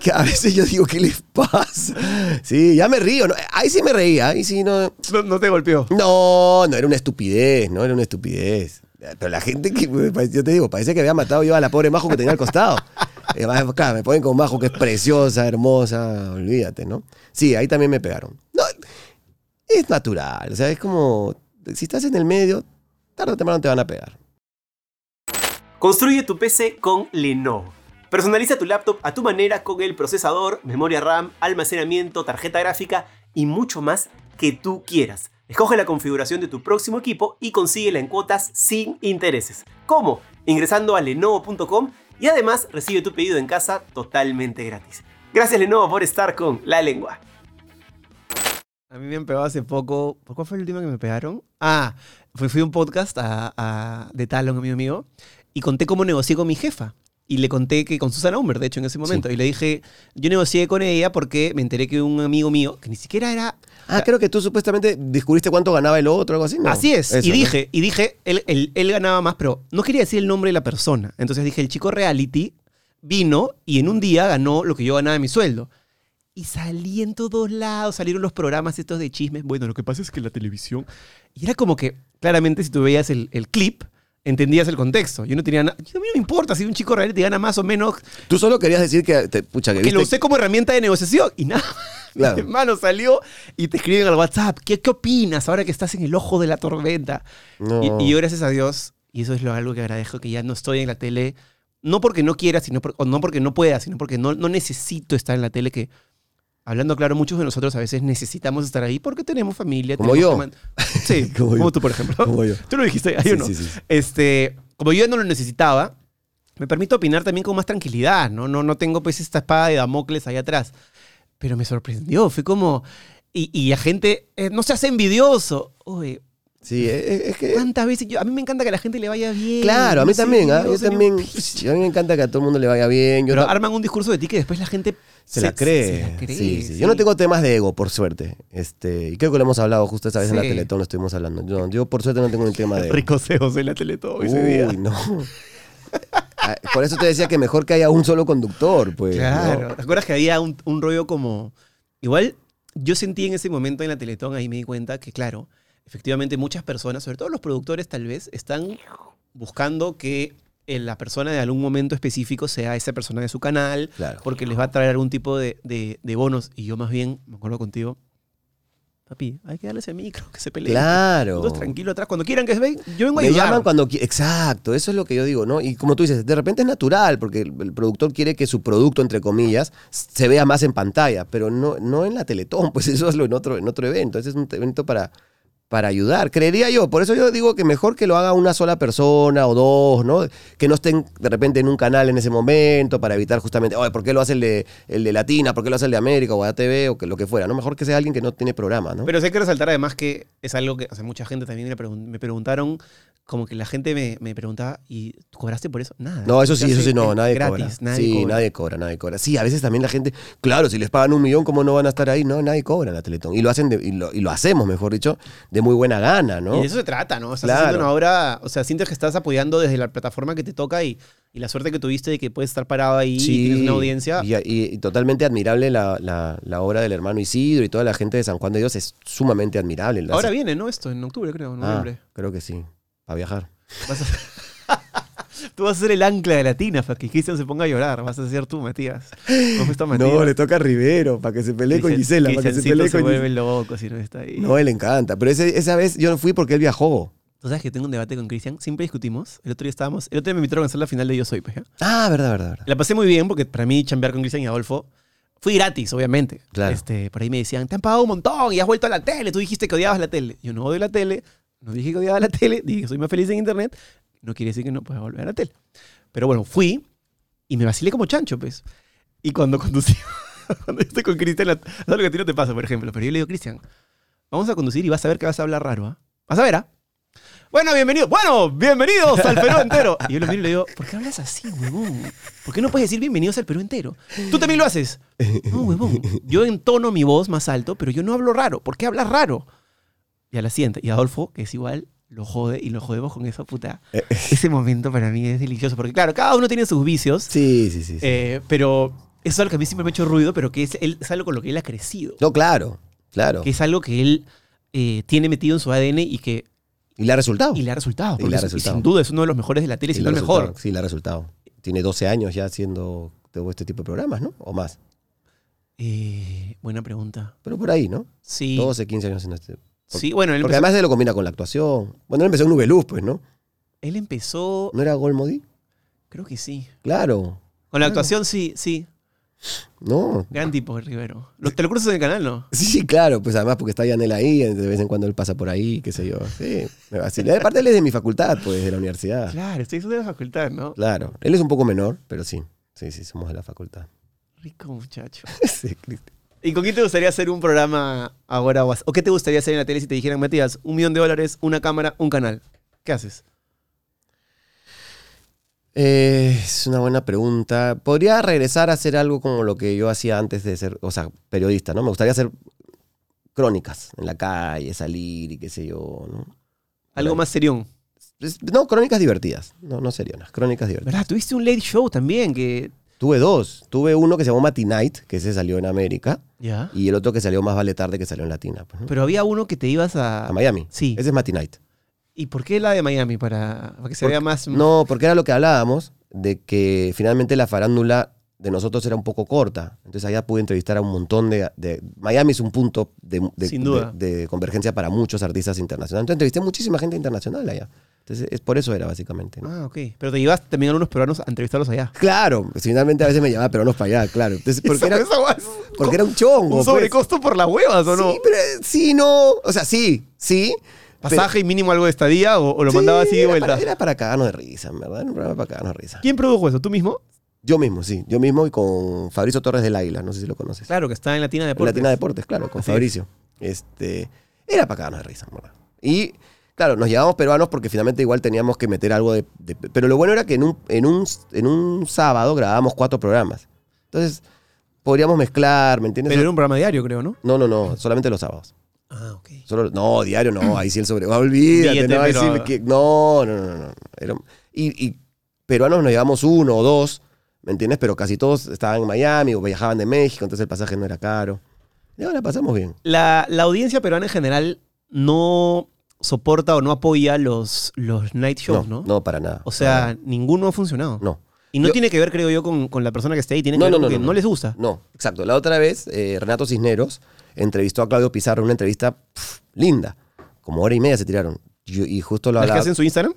Que a veces yo digo, ¿qué les pasa? Sí, ya me río. ¿no? Ahí sí me reía, ahí sí no... No, no te golpeó. No, no, era una estupidez, no era una estupidez. Pero la gente que, pues, yo te digo, parecía que había matado yo a la pobre Majo que tenía al costado. Y además, claro, me ponen con Majo que es preciosa, hermosa, olvídate, ¿no? Sí, ahí también me pegaron. No, es natural. O sea, es como, si estás en el medio, tarde o temprano te van a pegar. Construye tu PC con Lenovo. Personaliza tu laptop a tu manera con el procesador, memoria RAM, almacenamiento, tarjeta gráfica y mucho más que tú quieras. Escoge la configuración de tu próximo equipo y consíguela en cuotas sin intereses. ¿Cómo? Ingresando a lenovo.com y además recibe tu pedido en casa totalmente gratis. Gracias Lenovo por estar con La Lengua. A mí me han pegado hace poco. ¿Por cuál fue el último que me pegaron? Ah, fui, fui a un podcast a, a- de Talon, amigo mío, y conté cómo negocié con mi jefa. Y le conté que con Susana Humber, de hecho, en ese momento. Y le dije, yo negocié con ella porque me enteré que un amigo mío, que ni siquiera era Ah, creo que tú supuestamente descubriste cuánto ganaba el otro o algo así, ¿no? Así es. Eso, y ¿no? dije, y dije, él, él- él ganaba más, pero no quería decir el nombre de la persona. Entonces dije, el chico reality vino y en un día ganó lo que yo ganaba de mi sueldo. Y salí en todos lados, salieron los programas estos de chismes. Bueno, lo que pasa es que la televisión. Y era como que, claramente, si tú veías el, el clip, entendías el contexto. Yo no tenía nada. A mí no me importa si un chico reality gana más o menos, Tú solo querías decir que, te, pucha, que, que viste- lo usé como herramienta de negociación. Y nada. Claro. Mi *laughs* hermano salió y te escriben al WhatsApp. ¿Qué, ¿Qué opinas ahora que estás en el ojo de la tormenta? No. Y, y yo, gracias a Dios, y eso es lo algo que agradezco, que ya no estoy en la tele, no porque no quiera, sino por- o no porque no pueda, sino porque no, no necesito estar en la tele, que hablando claro, muchos de nosotros a veces necesitamos estar ahí porque tenemos familia. Como tenemos yo. que man- Sí, *laughs* Como como, yo. tú, por ejemplo. Como yo. *laughs* Tú lo dijiste, hay Sí, uno. sí, sí, sí. Este, como yo ya no lo necesitaba, me permito opinar también con más tranquilidad, ¿no? No, no tengo pues esta espada de Damocles ahí atrás. Pero me sorprendió, fue como... Y, y la gente, eh, no seas envidioso. Oye, Sí, es, es que... ¿Cuántas veces? Yo- a mí me encanta que a la gente le vaya bien. Claro, a mí No sé, también, ¿ah? no Yo sé, también... ni un pis. A mí me encanta que a todo el mundo le vaya bien. Yo Pero ta- arman un discurso de ti que después la gente se, la cree. se la cree, sí, sí. Yo no tengo temas de ego, por suerte. Este, y creo que lo hemos hablado justo esa vez en la Sí. Teletón, lo estuvimos hablando. Yo, yo, por suerte, no tengo *laughs* un tema de ego. Ricoseos en la Teletón ese día. Uy, no. *laughs* Ah, Por eso te decía que mejor que haya un solo conductor, pues. ¿no? Claro. ¿Te acuerdas que había un, un rollo como. Igual, yo sentí en ese momento en la Teletón, ahí me di cuenta que, claro, efectivamente muchas personas, sobre todo los productores, tal vez, están buscando que eh, la persona de algún momento específico sea esa persona de su canal, Claro. porque les va a traer algún tipo de, de- de bonos. Y yo, más bien, me acuerdo contigo. Papi, hay que darle ese micro, que se peleen. Claro. Nosotros tranquilo atrás. Cuando quieran que se ven, yo vengo a Me ayudar. llaman cuando qui- Exacto, eso es lo que yo digo, ¿no? Y como tú dices, de repente es natural, porque el, el productor quiere que su producto, entre comillas, se vea más en pantalla, pero no, no en la Teletón, pues *laughs* eso es lo en otro, en otro evento. Ese es un evento para, para ayudar, creería yo. Por eso yo digo que mejor que lo haga una sola persona o dos, ¿no? Que no estén de repente en un canal en ese momento para evitar justamente, oye, ¿por qué lo hace el de, el de Latina? ¿Por qué lo hace el de América o ATV o que, lo que fuera? ¿no? Mejor que sea alguien que no tiene programa, ¿no? Pero sí hay que resaltar además que es algo que, o sea, mucha gente también me, pregun- me preguntaron, como que la gente me, me preguntaba, ¿y tú cobraste por eso? Nada. No, eso sí, Casi eso sí, no, es nadie gratis, cobra. Nadie sí, cobra. nadie cobra, nadie cobra. Sí, a veces también la gente, claro, si les pagan un millón, ¿cómo no van a estar ahí? No, nadie cobra en la Teletón. Y lo hacen, de- y, lo, y lo hacemos, mejor dicho, de muy buena gana, Y ¿no? de eso se trata, ¿no? Estás Claro. haciendo una obra, o sea, sientes que estás apoyando desde la plataforma que te toca y, y la suerte que tuviste de que puedes estar parado ahí y tienes una audiencia. Y, y- y totalmente admirable la, la- la obra del hermano Isidro y toda la gente de San Juan de Dios es sumamente admirable. Las- Ahora viene, ¿no? Esto, en octubre, creo, en Ah, noviembre. creo que sí, para viajar. Vas a- *laughs* tú vas a ser el ancla de Latina para que Cristian se ponga a llorar. Vas a ser tú, Matías. ¿Cómo *laughs* está Matías? toca a Rivero, para que se pelee Cristian- Cristiancito se vuelve loco si no está ahí. No, eh. él le encanta. Pero ese- esa vez yo no fui porque él viajó. Tú sabes que tengo un debate con Cristian, siempre discutimos. El otro día estábamos, el otro día me invitaron a hacer la final de Yo Soy, pues, ¿ya? Ah, verdad, verdad, verdad. La pasé muy bien porque para mí chambear con Cristian y Adolfo fue gratis, obviamente. Claro. Este, por ahí me decían, te han pagado un montón y has vuelto a la tele, tú dijiste que odiabas la tele. Yo no odio la tele, no dije que odiaba la tele, *laughs* dije que soy más feliz en internet, no quiere decir que no pueda volver a la tele. Pero bueno, fui y me vacilé como chancho, pues. Y cuando conducí, *laughs* cuando yo estoy con Cristian, la- no, lo que a ti no te pasa, por ejemplo, pero yo le digo, Cristian, vamos a conducir y vas a ver que vas a hablar raro, ¿ah? Vas a ver, ¿ah? Bueno, bienvenido. Bueno, bienvenidos al Perú entero. Y yo lo miro y le digo, ¿por qué hablas así, huevón? ¿Por qué no puedes decir bienvenidos al Perú entero? Tú también lo haces. No, huevón. Yo entono mi voz más alto, pero yo no hablo raro. ¿Por qué hablas raro? Y a la siguiente. Y Adolfo, que es igual, lo jode y lo jodemos con esa puta. Ese momento para mí es delicioso. Porque, claro, cada uno tiene sus vicios. Sí, sí, sí. sí. eh, pero eso es algo que a mí siempre me ha hecho ruido, pero que es, él- es algo con lo que él ha crecido. No, claro, claro. Que es algo que él eh, tiene metido en su ADN y que Y le ha resultado. y le ha resultado. Oh. Y porque le ha es- resultado. sin duda es uno de los mejores de la tele, Y si le no ha el mejor. resultado, Sí, le ha resultado. Tiene 12 años ya haciendo todo este tipo de programas, ¿no? O más. Eh, buena pregunta. Pero por ahí, ¿no? Sí. 12, 15 años en este. Sí, bueno, él Porque empezó, además él lo combina con la actuación. Bueno, él empezó en Nube Luz, pues, ¿no? él empezó- ¿No era Golmody? creo que sí. Claro. Con la Claro. actuación, sí, sí. No. Gran tipo, Rivero. Lo- ¿Te lo cruzas en el canal, no? Sí, sí, claro, pues además porque está Yanel ahí, de vez en cuando él pasa por ahí, qué sé yo. Sí, me vacila. Aparte él es de mi facultad, pues, de la universidad. Claro, estoy de la facultad, ¿no? Claro. Él es un poco menor, pero sí. Sí, sí, somos de la facultad. *laughs* Rico muchacho. Sí, Cristian. ¿Y con quién te gustaría hacer un programa ahora? O as- o qué te gustaría hacer en la tele si te dijeran, Matías, un millón de dólares, una cámara, un canal? ¿Qué haces? Eh, es una buena pregunta. Podría regresar a hacer algo como lo que yo hacía antes de ser, o sea, periodista, ¿no? Me gustaría hacer crónicas en la calle, salir y qué sé yo, ¿no? Algo Claro. más serión. Es- No, crónicas divertidas. No, no serionas. Crónicas divertidas. ¿Verdad? Tuviste un late show también que... Tuve dos. Tuve uno que se llamó Matinite, que se salió en América, Ya. y el otro que salió más vale tarde que salió en Latina. pues, ¿no? Pero había uno que te ibas a... a Miami. Sí. Ese es Matinite. ¿Y por qué la de Miami? Para, para que se Porque- vea más... No, porque era lo que hablábamos, de que finalmente la farándula de nosotros era un poco corta. Entonces allá pude entrevistar a un montón de... de- Miami es un punto de, de- Sin duda. de- de convergencia para muchos artistas internacionales. Entonces entrevisté muchísima gente internacional allá. Entonces es por eso era básicamente. ¿no? Ah, ok. Pero te llevas también a unos peruanos a entrevistarlos allá. Claro, pues, finalmente a veces me llamaba peruanos para allá, claro. Entonces, *laughs* porque, era, Esa guas- porque era un chongo. un pues. sobrecosto por las huevas, ¿o no? Sí, pero eh, sí, no. O sea, sí, sí. pero- ¿Pasaje y mínimo algo de estadía o, o lo mandaba Sí, así de era vuelta? para- era para cagarnos de risa, en verdad. Era un programa para cagarnos de risa. ¿Quién produjo eso? ¿Tú mismo? Yo mismo, sí. Yo mismo y con Fabricio Torres del Águila. No sé si lo conoces. Claro, que está en Latina En Deportes. Latina Deportes, claro, con Así es. Fabricio. Este, era para cagarnos de risa, en ¿verdad? Y, claro, nos llevábamos peruanos porque finalmente igual teníamos que meter algo de... de- pero lo bueno era que en un, en, un, en un sábado grabábamos cuatro programas. Entonces, podríamos mezclar, ¿me entiendes? Pero era un programa diario, creo, ¿no? No, no, no. Solamente los sábados. Ah, ok. Solo, no, diario no, ahí sí el sobre. Ah, olvídate, Billete, no, ahí sí pero- me que- no, no, no, no, no. Era- y, y peruanos nos llevamos uno o dos, ¿me entiendes? Pero casi todos estaban en Miami o viajaban de México, entonces el pasaje no era caro. Y ahora pasamos bien. La, la audiencia peruana en general no soporta o no apoya los, los night shows, ¿no? no, para nada. O sea, ninguno ha funcionado. no. Y no Yo- tiene que ver, creo yo, con, con la persona que esté ahí. Tiene que No, ver no, con no, que no, no no. les gusta. No, exacto. La otra vez, eh, Renato Cisneros entrevistó a Claudio Pizarro, en una entrevista pf, linda. Como hora y media se tiraron. Yo- y justo lo ¿Las que hablaba. hacen su Instagram?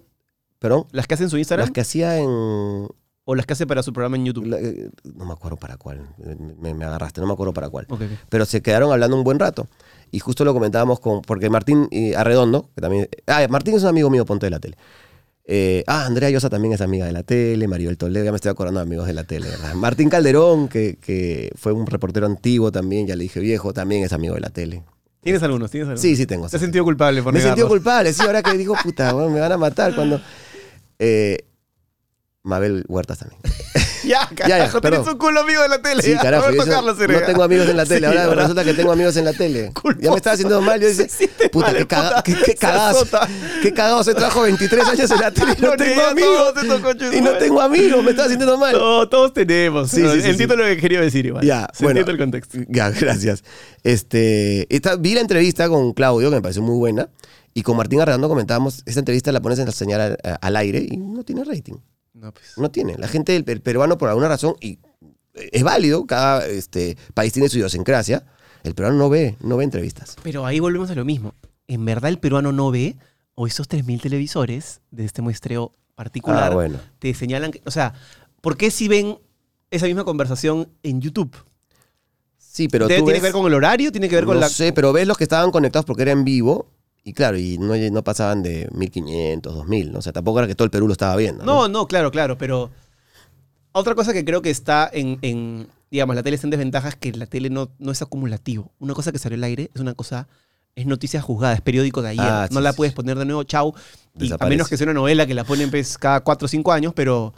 Perdón. ¿Las que hacen su Las Instagram? que hacía en, ¿O las que hace para su programa en YouTube? La- eh, no me acuerdo para cuál, eh, me, me agarraste, no me acuerdo para cuál. Ok, ok. Pero se quedaron hablando un buen rato. Y justo lo comentábamos con, porque Martín eh, Arredondo, que también... Ah, Martín es un amigo mío, ponte de la tele. Eh, ah, Andrea Llosa también es amiga de la tele, Maribel Toledo, ya me estoy acordando de amigos de la tele, ¿verdad? Martín Calderón, que, que fue un reportero antiguo también, ya le dije viejo, también es amigo de la tele. ¿Tienes algunos? ¿Tienes algunos? Sí, sí tengo. ¿Te has sentido culpable por Me sentí negarlos? culpable, sí, ahora que digo, puta, bueno, me van a matar cuando... Eh, Mabel Huertas también. *laughs* Ya, carajo, perdón. tienes un culo amigo de la tele. *laughs* Sí, ya. carajo. No me yo tocarlo, eso- Serena. no tengo amigos en la *laughs* tele. Sí, ahora ahora- resulta que tengo amigos en *laughs* la tele. Culposo. Ya me estaba haciendo mal. Yo Se dije, siente puta, mal, qué, puta. cagada, qué, qué Se cagazo. azota. Qué cagazo. Trabajo 23 años en la tele y no, No tengo tenía amigos. todo, te tocó, chus, y no madre. tengo amigos. Me estaba sintiendo mal. No, todos tenemos. Sí, No, sí, sí, entiendo sí. lo que quería decir igual. Ya, Se bueno. entiende el contexto. Ya, gracias. Este, esta- vi la entrevista con Claudio, que me pareció muy buena. Y con Martín Arredondo comentábamos, esta entrevista la pones en la señal al- eh, al aire y no tiene rating. No, pues. No tiene. La gente, el, el peruano, por alguna razón, y eh, es válido, cada este, país tiene su idiosincrasia. El peruano no ve, no ve entrevistas. Pero ahí volvemos a lo mismo. ¿En verdad el peruano no ve o esos 3.000 televisores de este muestreo particular bueno. te señalan? que- o sea, ¿por qué si ven esa misma conversación en YouTube? Sí, pero ¿Tiene tú tiene ves- que ver con el horario? ¿Tiene que ver con no la...? sé, pero ves los que estaban conectados porque era en vivo. Y claro, y no, no pasaban de 1500, 2000. ¿no? O sea, tampoco era que todo el Perú lo estaba viendo. No, no, claro, claro, pero... Otra cosa que creo que está en, en, digamos, la tele está en desventaja es que la tele no, no es acumulativo. Una cosa que salió al aire es una cosa, es noticia juzgada, es periódico de ayer. Ah, no sí, la sí, puedes sí. poner de nuevo, chau. Y a Desaparece. menos que sea una novela que la ponen pues, cada 4 o 5 años, pero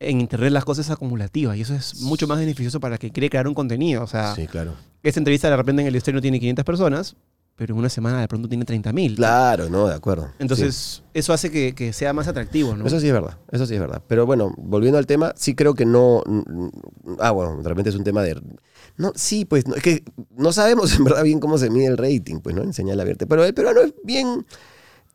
en internet las cosas es acumulativa y eso es mucho más beneficioso para el que quiere crear un contenido. O sea, Sí, claro. esta entrevista de repente en el estreno tiene 500 personas, pero en una semana de pronto tiene 30.000. Claro, no, de acuerdo. Entonces, Sí. eso hace que, que sea más atractivo, ¿no? Eso sí es verdad, eso sí es verdad. Pero bueno, volviendo al tema, sí creo que no. mm, Ah, bueno, realmente es un tema de. No, sí, pues, no, es que no sabemos *laughs* en verdad bien cómo se mide el rating, pues, ¿no? En señal abierta. Pero el peruano es bien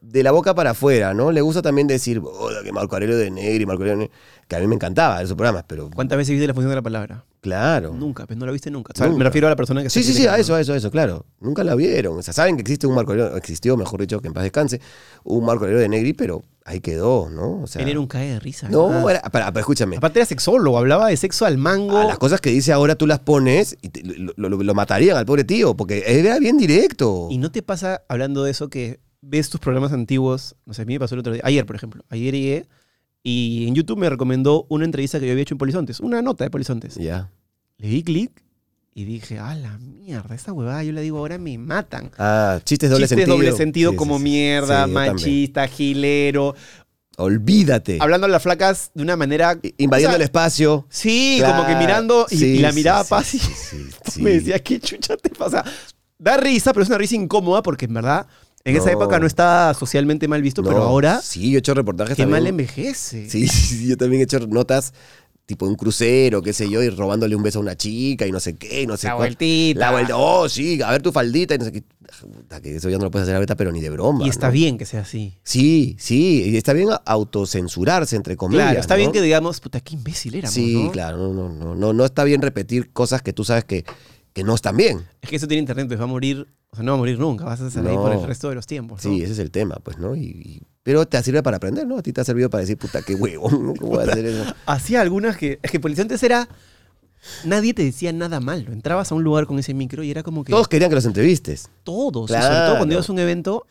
de la boca para afuera, ¿no? Le gusta también decir, "Boda, que Marco Aurelio de Negri, Marco Aurelio de Negri", que a mí me encantaba esos programas, pero ¿Cuántas veces viste la función de la palabra? Claro. Nunca, pues no la viste nunca. O sea, Me Nunca. refiero a la persona que se Sí, sí, tiene sí, que- a eso, a eso, a eso, claro. Nunca la vieron. O sea, saben que existe un marco Aurelio- existió, mejor dicho, que en paz descanse, un marco Aurelio de Negri, pero ahí quedó, ¿no? O sea, Él era un Ah. cae de risa. No, ¿verdad? era, para, para, escúchame. Aparte era sexólogo, hablaba de sexo al mango. A las cosas que dice ahora tú las pones y te- lo, lo- lo matarían al pobre tío, porque era bien directo. ¿Y no te pasa, hablando de eso, que ves tus programas antiguos? No sé, a mí me pasó el otro día. Ayer, por ejemplo. Ayer llegué y en YouTube me recomendó una entrevista que yo había hecho en Polizontes. Una nota de Polizontes. Ya. Le di clic y dije, ah, la mierda, esta huevada, yo la digo ahora me matan. Ah, chistes doble Chistes sentido. doble sentido Sí, como sí, sí. mierda, Sí, yo también. machista, gilero. Olvídate. Hablando a las flacas de una manera... I- Invadiendo o sea, el espacio. Sí, Claro. como que mirando y, Sí, y la sí, miraba sí, fácil. *laughs* sí, sí, sí. Me decía, ¿qué chucha te pasa? Da risa, pero es una risa incómoda porque en verdad en esa No. época no estaba socialmente mal visto, No, pero ahora Sí, yo he hecho reportajes qué mal también. envejece. Sí, *laughs* sí, sí, yo también he hecho notas tipo un crucero, qué sé yo, y robándole un beso a una chica y no sé qué, y no sé La cuál. vueltita. La vuelta, oh, sí, a ver tu faldita y no sé qué. Puta, que eso ya no lo puedes hacer ahorita, pero ni de broma. y está ¿no? bien que sea así. Sí, sí, y está bien autocensurarse, entre comillas. claro, está ¿no? bien que digamos, puta, qué imbécil éramos, Sí, ¿no? claro, no, no, no, no, no está bien repetir cosas que tú sabes que, que no están bien. Es que eso tiene internet, pues va a morir, o sea, no va a morir nunca, vas a estar ahí No. por el resto de los tiempos. ¿no? Sí, ese es el tema, pues, ¿no? Y, y- pero te sirve para aprender, ¿no? A ti te ha servido para decir, puta, qué huevo, ¿cómo voy a hacer eso? Hacía algunas que, es que Polizontes era, nadie te decía nada malo, entrabas a un lugar con ese micro y era como que... Todos querían que los entrevistes. todos. y sobre todo Claro. cuando ibas a un evento,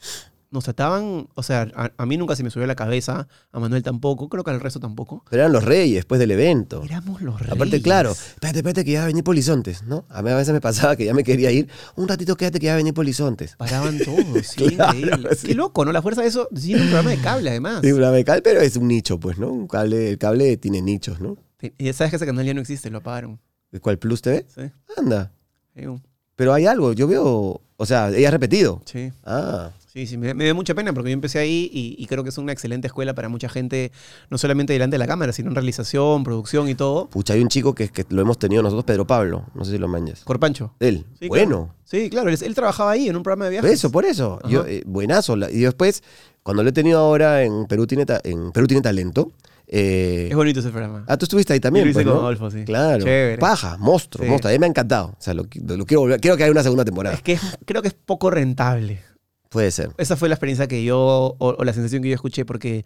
nos trataban, o sea, a, a mí nunca se me subió a la cabeza, a Manuel tampoco, creo que al resto tampoco. Pero eran los reyes después del evento. Éramos los reyes. Aparte, claro, espérate, espérate que ya va a venir Polizontes, ¿no? A mí a veces me pasaba que ya me quería ir. Un ratito quédate que ya va a venir Polizontes. *laughs* Paraban todos, sí, Claro, increíble. sí. Qué loco, ¿no? La fuerza de eso, sí, era un programa de cable además. Sí, una becal, pero es un nicho, pues, ¿no? Un cable, el cable tiene nichos, ¿no? Y ya sabes que ese canal ya no existe, lo apagaron. ¿El cual Plus TV? Sí, Anda. hay un- Pero hay algo, yo veo, o sea, ella ha repetido. sí, Ah, sí, sí, me, me dio mucha pena porque yo empecé ahí y, y creo que es una excelente escuela para mucha gente, no solamente delante de la cámara, sino en realización, producción y todo. pucha, hay un chico que, que lo hemos tenido nosotros, Pedro Pablo, no sé si lo manches. Corpancho. Él, Sí, bueno. claro. Sí, claro, él, él trabajaba ahí en un programa de Por viajes. eso, por eso. Ajá. Yo, eh, buenazo. La- Y después, cuando lo he tenido ahora en Perú tiene, Ta- en Perú tiene talento. eh, Es bonito ese programa. Ah, tú estuviste ahí Yo también. lo hice pues, con ¿no? Adolfo, sí. Claro. Chévere. Paja, monstruo, Sí. monstruo. A mí me ha encantado. O sea, lo, qui- lo quiero volver. Quiero que haya una segunda temporada. Es que es- creo que es poco rentable. Puede ser. Esa fue la experiencia que yo, o, o la sensación que yo escuché, porque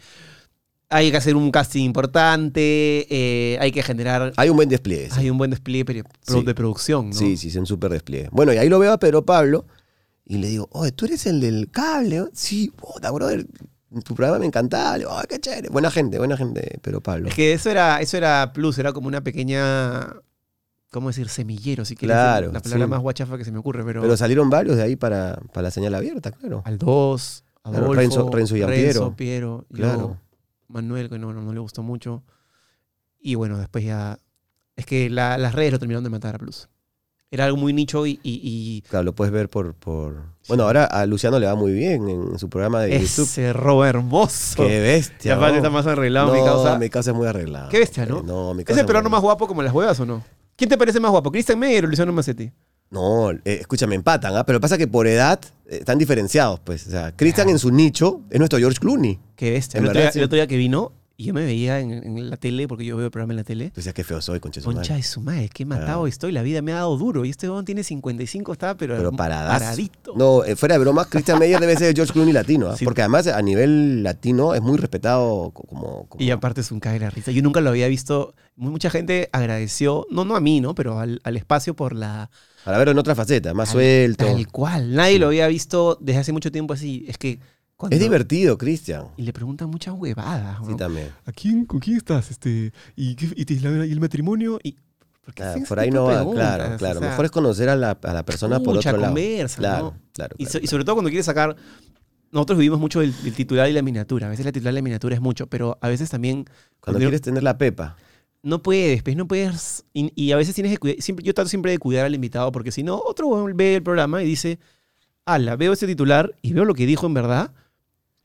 hay que hacer un casting importante, eh, hay que generar, Hay un buen despliegue. sí. hay un buen despliegue pero- pro- Sí. de producción, ¿no? Sí, sí, es un súper despliegue. Bueno, y ahí lo veo a Pedro Pablo y le digo, oye, tú eres el del cable. ¿no? Sí, puta, brother. Tu programa me encantaba. Le digo, "Ay, qué chévere. Buena gente, buena gente, Pedro Pablo. Es que eso era, eso era plus, era como una pequeña, ¿cómo decir? Semillero, si quieres. Claro, La palabra sí. más guachafa que se me ocurre, pero, Pero salieron varios de ahí para, para la señal abierta, claro. al 2, Claro, Adolfo, Renzo- Renzo y Renzo, Piero. Piero, yo, Claro. Manuel, que no, no, no le gustó mucho. Y bueno, después ya. Es que la- las redes lo terminaron de matar a Plus. Era algo muy nicho y. y- y Claro, lo puedes ver por, por... Bueno, ahora a Luciano le va muy bien en su programa de YouTube. Oh. ese robo hermoso. Qué Y bestia. aparte ¿no? está más arreglado, no, mi causa. mi casa es muy arreglada. Qué bestia, ¿no? Eh, No, mi ¿Es casa el peruano muy- más guapo como las huevas o no? ¿Quién te parece más guapo? ¿Cristian Meyer o Luciano Massetti? No, eh, escúchame, empatan, ¿ah? Pero pasa que por edad eh, están diferenciados, pues. O sea, Cristian en su nicho es nuestro George Clooney. Qué bestia. En El otro, día, verdad, sí. el otro día que vino, y yo me veía en, en la tele, porque yo veo el programa en la tele. Tú decías, qué feo soy, concha de su madre. Concha de su madre, qué matado Claro. estoy. La vida me ha dado duro. Y este huevón tiene 55, está, pero, Pero paradas. paradito. No, eh, fuera de bromas, Christian Meyer debe ser el George Clooney latino, ¿ah? Sí. Porque además a nivel latino es muy respetado co- como... como- Y aparte es un cae de la risa. Yo nunca lo había visto. Mu- Mucha gente agradeció, no, no a mí, ¿no? Pero al, al espacio por la. Para verlo en otra faceta, más al- suelto. Tal cual. Nadie lo había visto desde hace mucho tiempo así. Es que. cuando- Es divertido, Christian. Y le preguntan muchas huevadas. Sí, ¿no? también. ¿A quién, ¿Con quién estás? Este, ¿y, qué- y te- la- y el matrimonio? Y- ¿por qué Claro, hacen ese por ahí tipo no de va, preguntas? claro, O claro. sea, Mejor es conocer a la, a la persona por escucha, otro lado. conversa, claro, ¿no? claro, Y, so- claro. y sobre todo cuando quieres sacar. Nosotros vivimos mucho del, del titular y la miniatura. A veces la titular y la miniatura es mucho, pero a veces también. Cuando cuando- quieres tener la pepa. No puedes, pues no puedes. Y, y a veces tienes que cuidar. Siempre, yo trato siempre de cuidar al invitado, porque si no, otro huevón ve el programa y dice: Ala, veo ese titular y veo lo que dijo en verdad.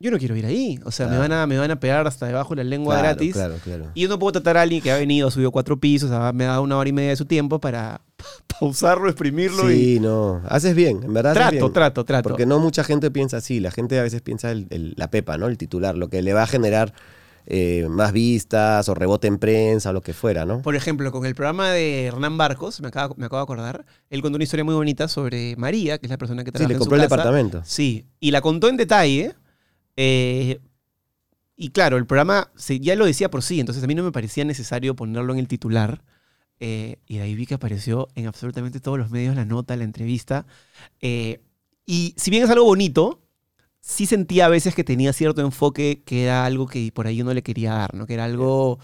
Yo no quiero ir ahí. O sea, me, Claro. van a, me van a pegar hasta debajo de la lengua Claro, gratis. Claro, claro. Y yo no puedo tratar a alguien que ha venido, ha subido cuatro pisos, ha- me ha dado una hora y media de su tiempo para *laughs* pausarlo, exprimirlo y. Sí, no. Haces bien, en verdad. haces Trato, bien. trato, trato. Porque no mucha gente piensa así. La gente a veces piensa el- el- la pepa, ¿no? El titular, lo que le va a generar eh, más vistas o rebote en prensa o lo que fuera, ¿no? Por ejemplo, con el programa de Hernán Barcos, me acabo, me acabo de acordar, él contó una historia muy bonita sobre María, que es la persona que Sí, trabaja le en compró su el casa. departamento. Sí, y la contó en detalle. eh, y claro, el programa se- ya lo decía por sí, entonces a mí no me parecía necesario ponerlo en el titular. eh, y de ahí vi que apareció en absolutamente todos los medios la nota, la entrevista. eh, y si bien es algo bonito, sí sentía a veces que tenía cierto enfoque que era algo que por ahí yo no le quería dar, ¿no? Que era algo... O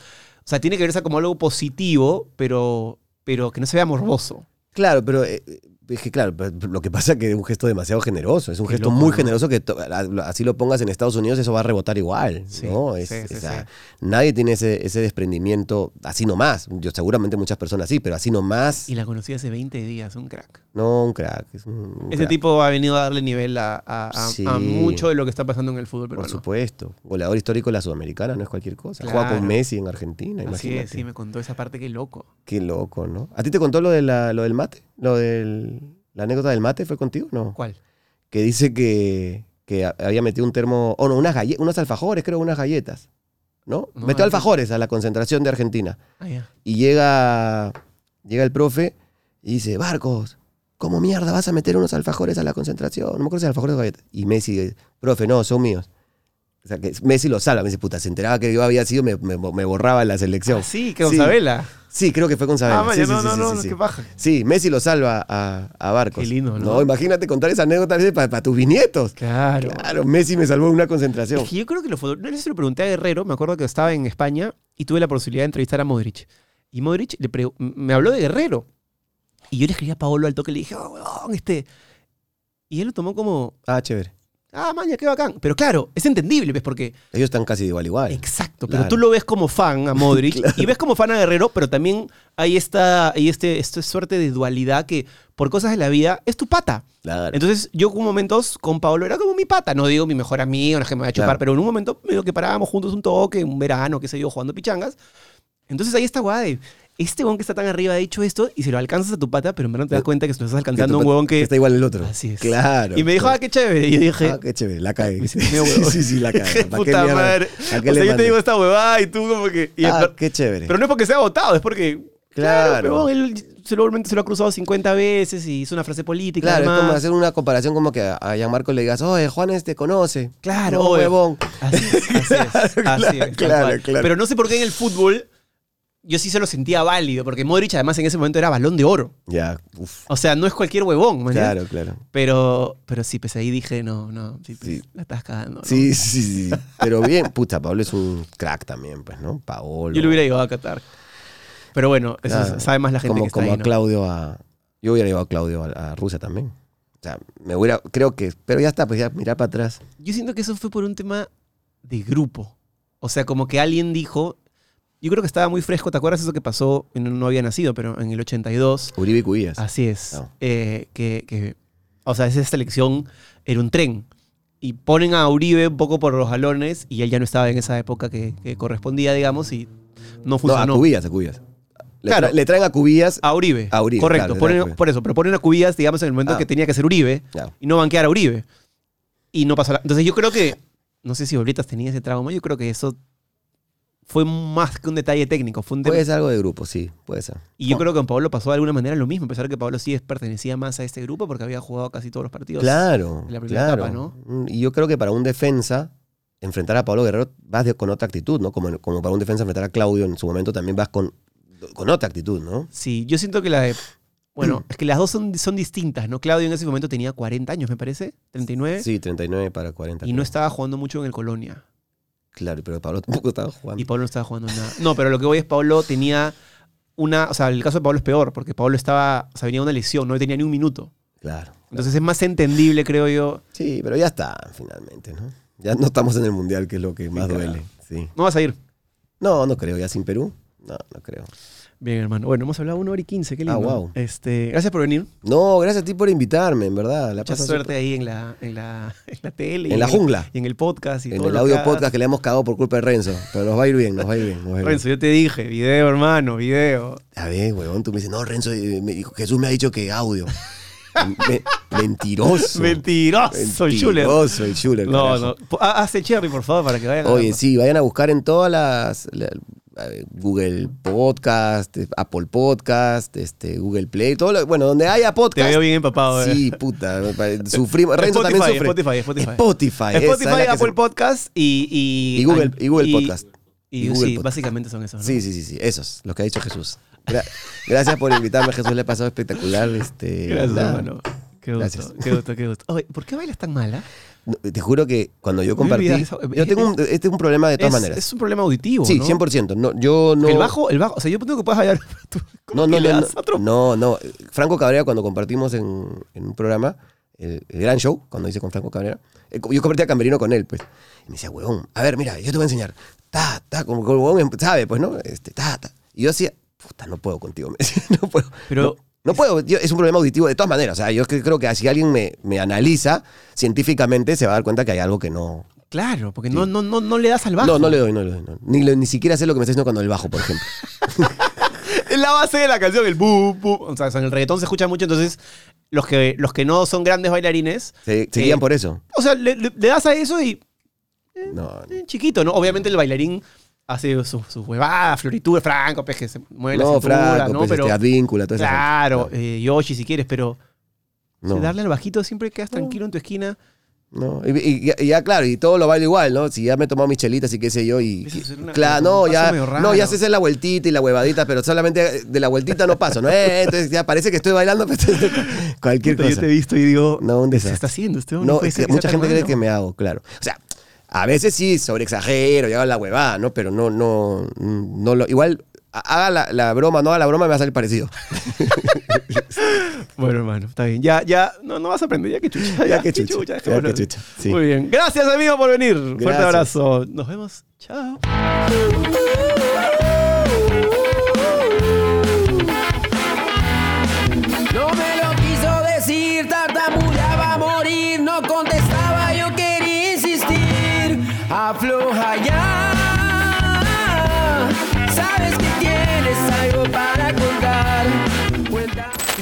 sea, tiene que verse como algo positivo, pero, pero que no se vea morboso. Claro, pero eh, es que claro, pero lo que pasa es que es un gesto demasiado generoso, es un Qué gesto loco, muy ¿no? generoso que to- a- a- así lo pongas en Estados Unidos, eso va a rebotar igual, Sí, ¿no? Es- sí, sí, o sea, sí. Nadie tiene ese, ese desprendimiento así nomás, yo seguramente muchas personas sí, pero así nomás, Y la conocí hace 20 días, un crack. no, un crack. Es un, un Ese crack, tipo ha venido a darle nivel a, a- a- Sí. a mucho de lo que está pasando en el fútbol Por peruano. supuesto, goleador histórico de la Sudamericana, no es cualquier cosa. Juega Claro. con Messi en Argentina, Así imagínate. es, sí, me contó esa parte, qué loco. Qué loco, ¿no? ¿A ti te contó lo, de la, lo del mate? ¿Lo del, ¿La anécdota del mate fue contigo? No. ¿Cuál? que dice que, que ha- había metido un termo, o no, unas galle- unos alfajores, creo, unas galletas, ¿no? No, Metió no. alfajores a la concentración de Argentina. Ah, ya. Y llega, llega el profe y dice, Barcos, ¿cómo mierda vas a meter unos alfajores a la concentración? No me acuerdo si alfajores o galletas. Y Messi, eh, profe, no, son míos. O sea, que Messi lo salva, me dice, puta, se enteraba que yo había sido, me, me- me borraba en la *laughs* selección. Ah, sí, que Sí. Gonzabela. Sí, creo que fue con Sabela. Ah, Sí, vaya, sí, no, sí, no, sí, no, sí, no, sí. qué paja. Sí, Messi lo salva a, a Barcos. Qué lindo, ¿no? imagínate contar esa anécdota para, tus bisnietos. Claro. Claro, Messi me salvó una concentración. Es que yo creo que los futbolistas. No sé si lo pregunté a Guerrero, me acuerdo que estaba en España y tuve la posibilidad de entrevistar a Modric. Y Modric le pregu- m- me habló de Guerrero. Y yo le escribí a Paolo al toque le dije, oh, weón, este. Y él lo tomó como, Ah, chévere. *laughs* ah, maña, qué bacán. Pero claro, es entendible, ¿ves? Porque Ellos están casi de igual a igual. Exacto, Claro. pero tú lo ves como fan a *laughs* Modric y ves como fan a Guerrero, pero también hay esta, hay este, esta suerte de dualidad que por cosas de la vida es tu pata. Claro. Entonces yo con momentos con Pablo era como mi pata, no digo mi mejor amigo, no es que me va a chupar, Claro. pero en un momento medio que parábamos juntos un toque, un verano, qué sé yo, jugando pichangas. Entonces ahí está guay. este huevón que está tan arriba ha dicho esto y se lo alcanzas a tu pata, pero en verdad no te das cuenta que se lo estás Que tu alcanzando a pat- un huevón que... Está igual el otro. Así es. Claro. Y me dijo, ah, qué chévere. Y yo dije, Ah, qué chévere, la cae. *laughs* Me *laughs* Sí, sentí medio huevón. sí, sí, *laughs* la cae. ¿Para qué puta mierda? madre. ¿A O sea, yo qué le te mando? digo esta huevada y tú como que... y Ah, en ver- qué chévere. Pero no es porque sea votado, es porque. Claro. pero él seguramente se lo ha cruzado 50 veces y hizo una frase política. Claro, es además. como hacer una comparación como que a- a Gianmarco le digas, oye, Juanes te conoce. Claro, No, obvio. huevón. Así es, así es, así *laughs* Claro, es, tal claro, cual. claro. Pero no sé por qué en el fútbol yo sí se lo sentía válido, porque Modric además en ese momento era balón de oro. Ya, uff. O sea, no es cualquier huevón, ¿me entiendes? Claro, claro. Pero, pero sí, pues ahí dije, no, no, sí, pues, Sí. la estás cagando. ¿no? Sí, sí, sí. sí. Pero bien, puta, Pablo es un crack también, pues, ¿no? Paolo. Yo lo hubiera llevado a Qatar. Pero bueno, eso Claro. sabe más la gente como, que está como ahí, a ¿no? Claudio a. Yo hubiera llevado a Claudio a, a Rusia también. O sea, me hubiera. Creo que. Pero ya está, pues ya mirá para atrás. Yo siento que eso fue por un tema de grupo. O sea, como que alguien dijo. Yo creo que estaba muy fresco. ¿Te acuerdas eso que pasó? No, no había nacido, pero en el 82. Uribe y Cubillas. Así es. No. Eh, que, que- o sea, esa selección era un tren. Y ponen a Uribe un poco por los jalones. Y él ya no estaba en esa época que, que correspondía, digamos, y no no, a funcionó. Cubillas, a Cubillas. Le, Claro. tra- le traen a Cubillas. A Uribe. A Uribe, Correcto. claro, Ponen- exacto. por eso, pero ponen a Cubillas, digamos, en el momento Ah. que tenía que ser Uribe Claro. y no banquear a Uribe. Y no pasó la- Entonces yo creo que. No sé si Oblitas tenía ese trauma. Yo creo que eso fue más que un detalle técnico. Fue un tema- Puede ser algo de grupo, sí, puede ser. y yo creo que con Pablo pasó de alguna manera lo mismo, a pesar de que Pablo sí es- pertenecía más a este grupo porque había jugado casi todos los partidos. Claro. en la primera claro. etapa, ¿no? Mm, Y yo creo que para un defensa, enfrentar a Pablo Guerrero vas de- con otra actitud, ¿no? Como, como para un defensa enfrentar a Claudio en su momento también vas con, con otra actitud, ¿no? Sí, yo siento que la de. *clears throat* Bueno, es que las dos son, son distintas, ¿no? Claudio en ese momento tenía 40 años, me parece, 39, Sí, 39 para 40. y no creo. estaba jugando mucho en el Colonia. Claro, pero Pablo tampoco estaba jugando. Y Pablo no estaba jugando nada. No, pero lo que voy es Pablo tenía una. O sea, el caso de Pablo es peor, porque Pablo estaba. O sea, venía de una lesión, no tenía ni un minuto. Claro. Entonces es más entendible, creo yo. Sí, pero ya está, finalmente, ¿no? Ya no estamos en el mundial, que es lo que más claro. duele. Sí. No vas a ir. No, no creo, ya sin Perú. No, no creo. Bien, hermano. Bueno, hemos hablado una hora y quince, qué Ah, lindo. guau. Este, gracias por venir. No, gracias a ti por invitarme, en verdad. La Mucha paso suerte ahí en la, en la, *laughs* en la tele. y En la jungla. Y en el podcast. Y En todo el lo que audio hagas. podcast que le hemos cagado por culpa de Renzo. Pero nos va a ir bien, nos va a ir bien. *laughs* Nos va a, ir bien. Renzo, yo te dije, video, hermano, video. a ver, huevón, tú me dices, no, Renzo, eh, me dijo- Jesús me ha dicho que audio. Me- *laughs* mentiroso. Mentiroso, el Schuller. Mentiroso el Schuller, No, carajo. no. Po- ha- Haz el cherry, por favor, para que vayan. a- Oye, sí, vayan a buscar en todas las. la- a ver, Google Podcast, eh, Apple Podcast, este, Google Play, todo lo- bueno, donde haya Te podcast. veo bien empapado. eh. *laughs* Sí, puta, me pare- sufrimos. Renzo Spotify, también sufre. Spotify, Spotify. Spotify, esa es Spotify, la que Apple se- Podcast y, y, Y Google- y Google Podcast. Y, Y Google sí, Podcast. básicamente son esos. ¿no? Sí, sí, sí, sí, esos, lo que ha dicho Jesús. Gra- gracias por invitarme, Jesús, le ha pasado espectacular. Este, Gracias, nada. hermano. Qué gusto, Gracias. qué gusto, qué gusto. Oye, ¿por qué bailas tan ah? mala? No, Te juro que cuando yo compartí. olvidaba eso. Yo tengo un, este es un problema de todas es, maneras. es un problema auditivo, sí, ¿no? 100%. No, yo no. El bajo, el bajo. O sea, yo tengo que puedas bailar. *laughs* tú, ¿cómo No, no, que le no, das a otro? no, no, no. Franco Cabrera, cuando compartimos en, en un programa, el, el gran show, cuando hice con Franco Cabrera, eh, yo compartía camerino con él, pues. Y me decía, huevón, a ver, mira, yo te voy a enseñar. Ta, ta, como que el huevón em- sabe, pues, ¿no? Este, ta, ta. Y yo decía, puta, no puedo contigo, *laughs* me decía, no puedo. Pero- no, no puedo, Yo- es un problema auditivo de todas maneras. O sea, yo que- creo que si alguien me, me analiza científicamente, se va a dar cuenta que hay algo que no. Claro, porque no, no, no, no le das al bajo. No, no le doy, no le doy. no. Ni, le- ni siquiera sé lo que me está diciendo cuando el bajo, por ejemplo. *laughs* Es la base de la canción, el bu, bu. O sea, en el reggaetón se escucha mucho, entonces los que, los que no son grandes bailarines, *laughs* Se, se guían Eh, por eso. o sea, le, le- le das a eso y No, eh, chiquito, ¿no? Obviamente el bailarín hace sus su huevadas, florituras, Franco, pues que se mueve la No, cintura, Franco, ¿no? pues, pero, este, Advíncula, toda esa gente. claro, eh, Yoshi si quieres, pero No, si darle al bajito siempre quedas tranquilo en tu esquina. no. Y, y- y ya- y ya, claro, y todo lo bailo igual, ¿no? Si ya me he tomado mis chelitas y qué sé yo, y... Empieza a hacer una- claro, un no, paso ya, medio raro. no, ya sé hacer la vueltita y la huevadita, pero solamente de la vueltita no paso, ¿no? Eh, entonces ya parece que estoy bailando, pero *laughs* cualquier Puta, Yo cosa. te he visto y digo, No, un ¿qué se desastre. está haciendo este hombre? No, puede es ser que sea mucha tan gente cree malo". que me hago, claro. O sea, a veces sí, sobreexagero, y hago la huevada, ¿no? Pero no, no, no lo... Igual, haga la, la broma, no haga la broma, me va a salir parecido. *laughs* Bueno, hermano, está bien. Ya, ya, no, no vas a aprender, ya que chucha. Ya, que chucha. *laughs* ya déjame que hablar. chucha, sí. Muy bien. Gracias, amigo, por venir. Fuerte Gracias. abrazo. Nos vemos. Chao. No me lo quiso decir, tartamudeaba a morir, no contestaba, yo quería insistir. Afloja ya, sabes que tienes algo para contar. Cuenta- Si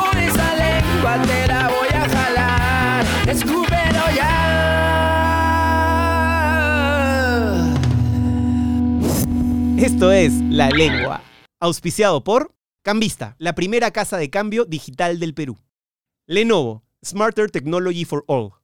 Con esa lengua te la voy a jalar, escúpelo ya. Esto es La Lengua, auspiciado por Cambista, la primera casa de cambio digital del Perú. Lenovo, Smarter Technology for All.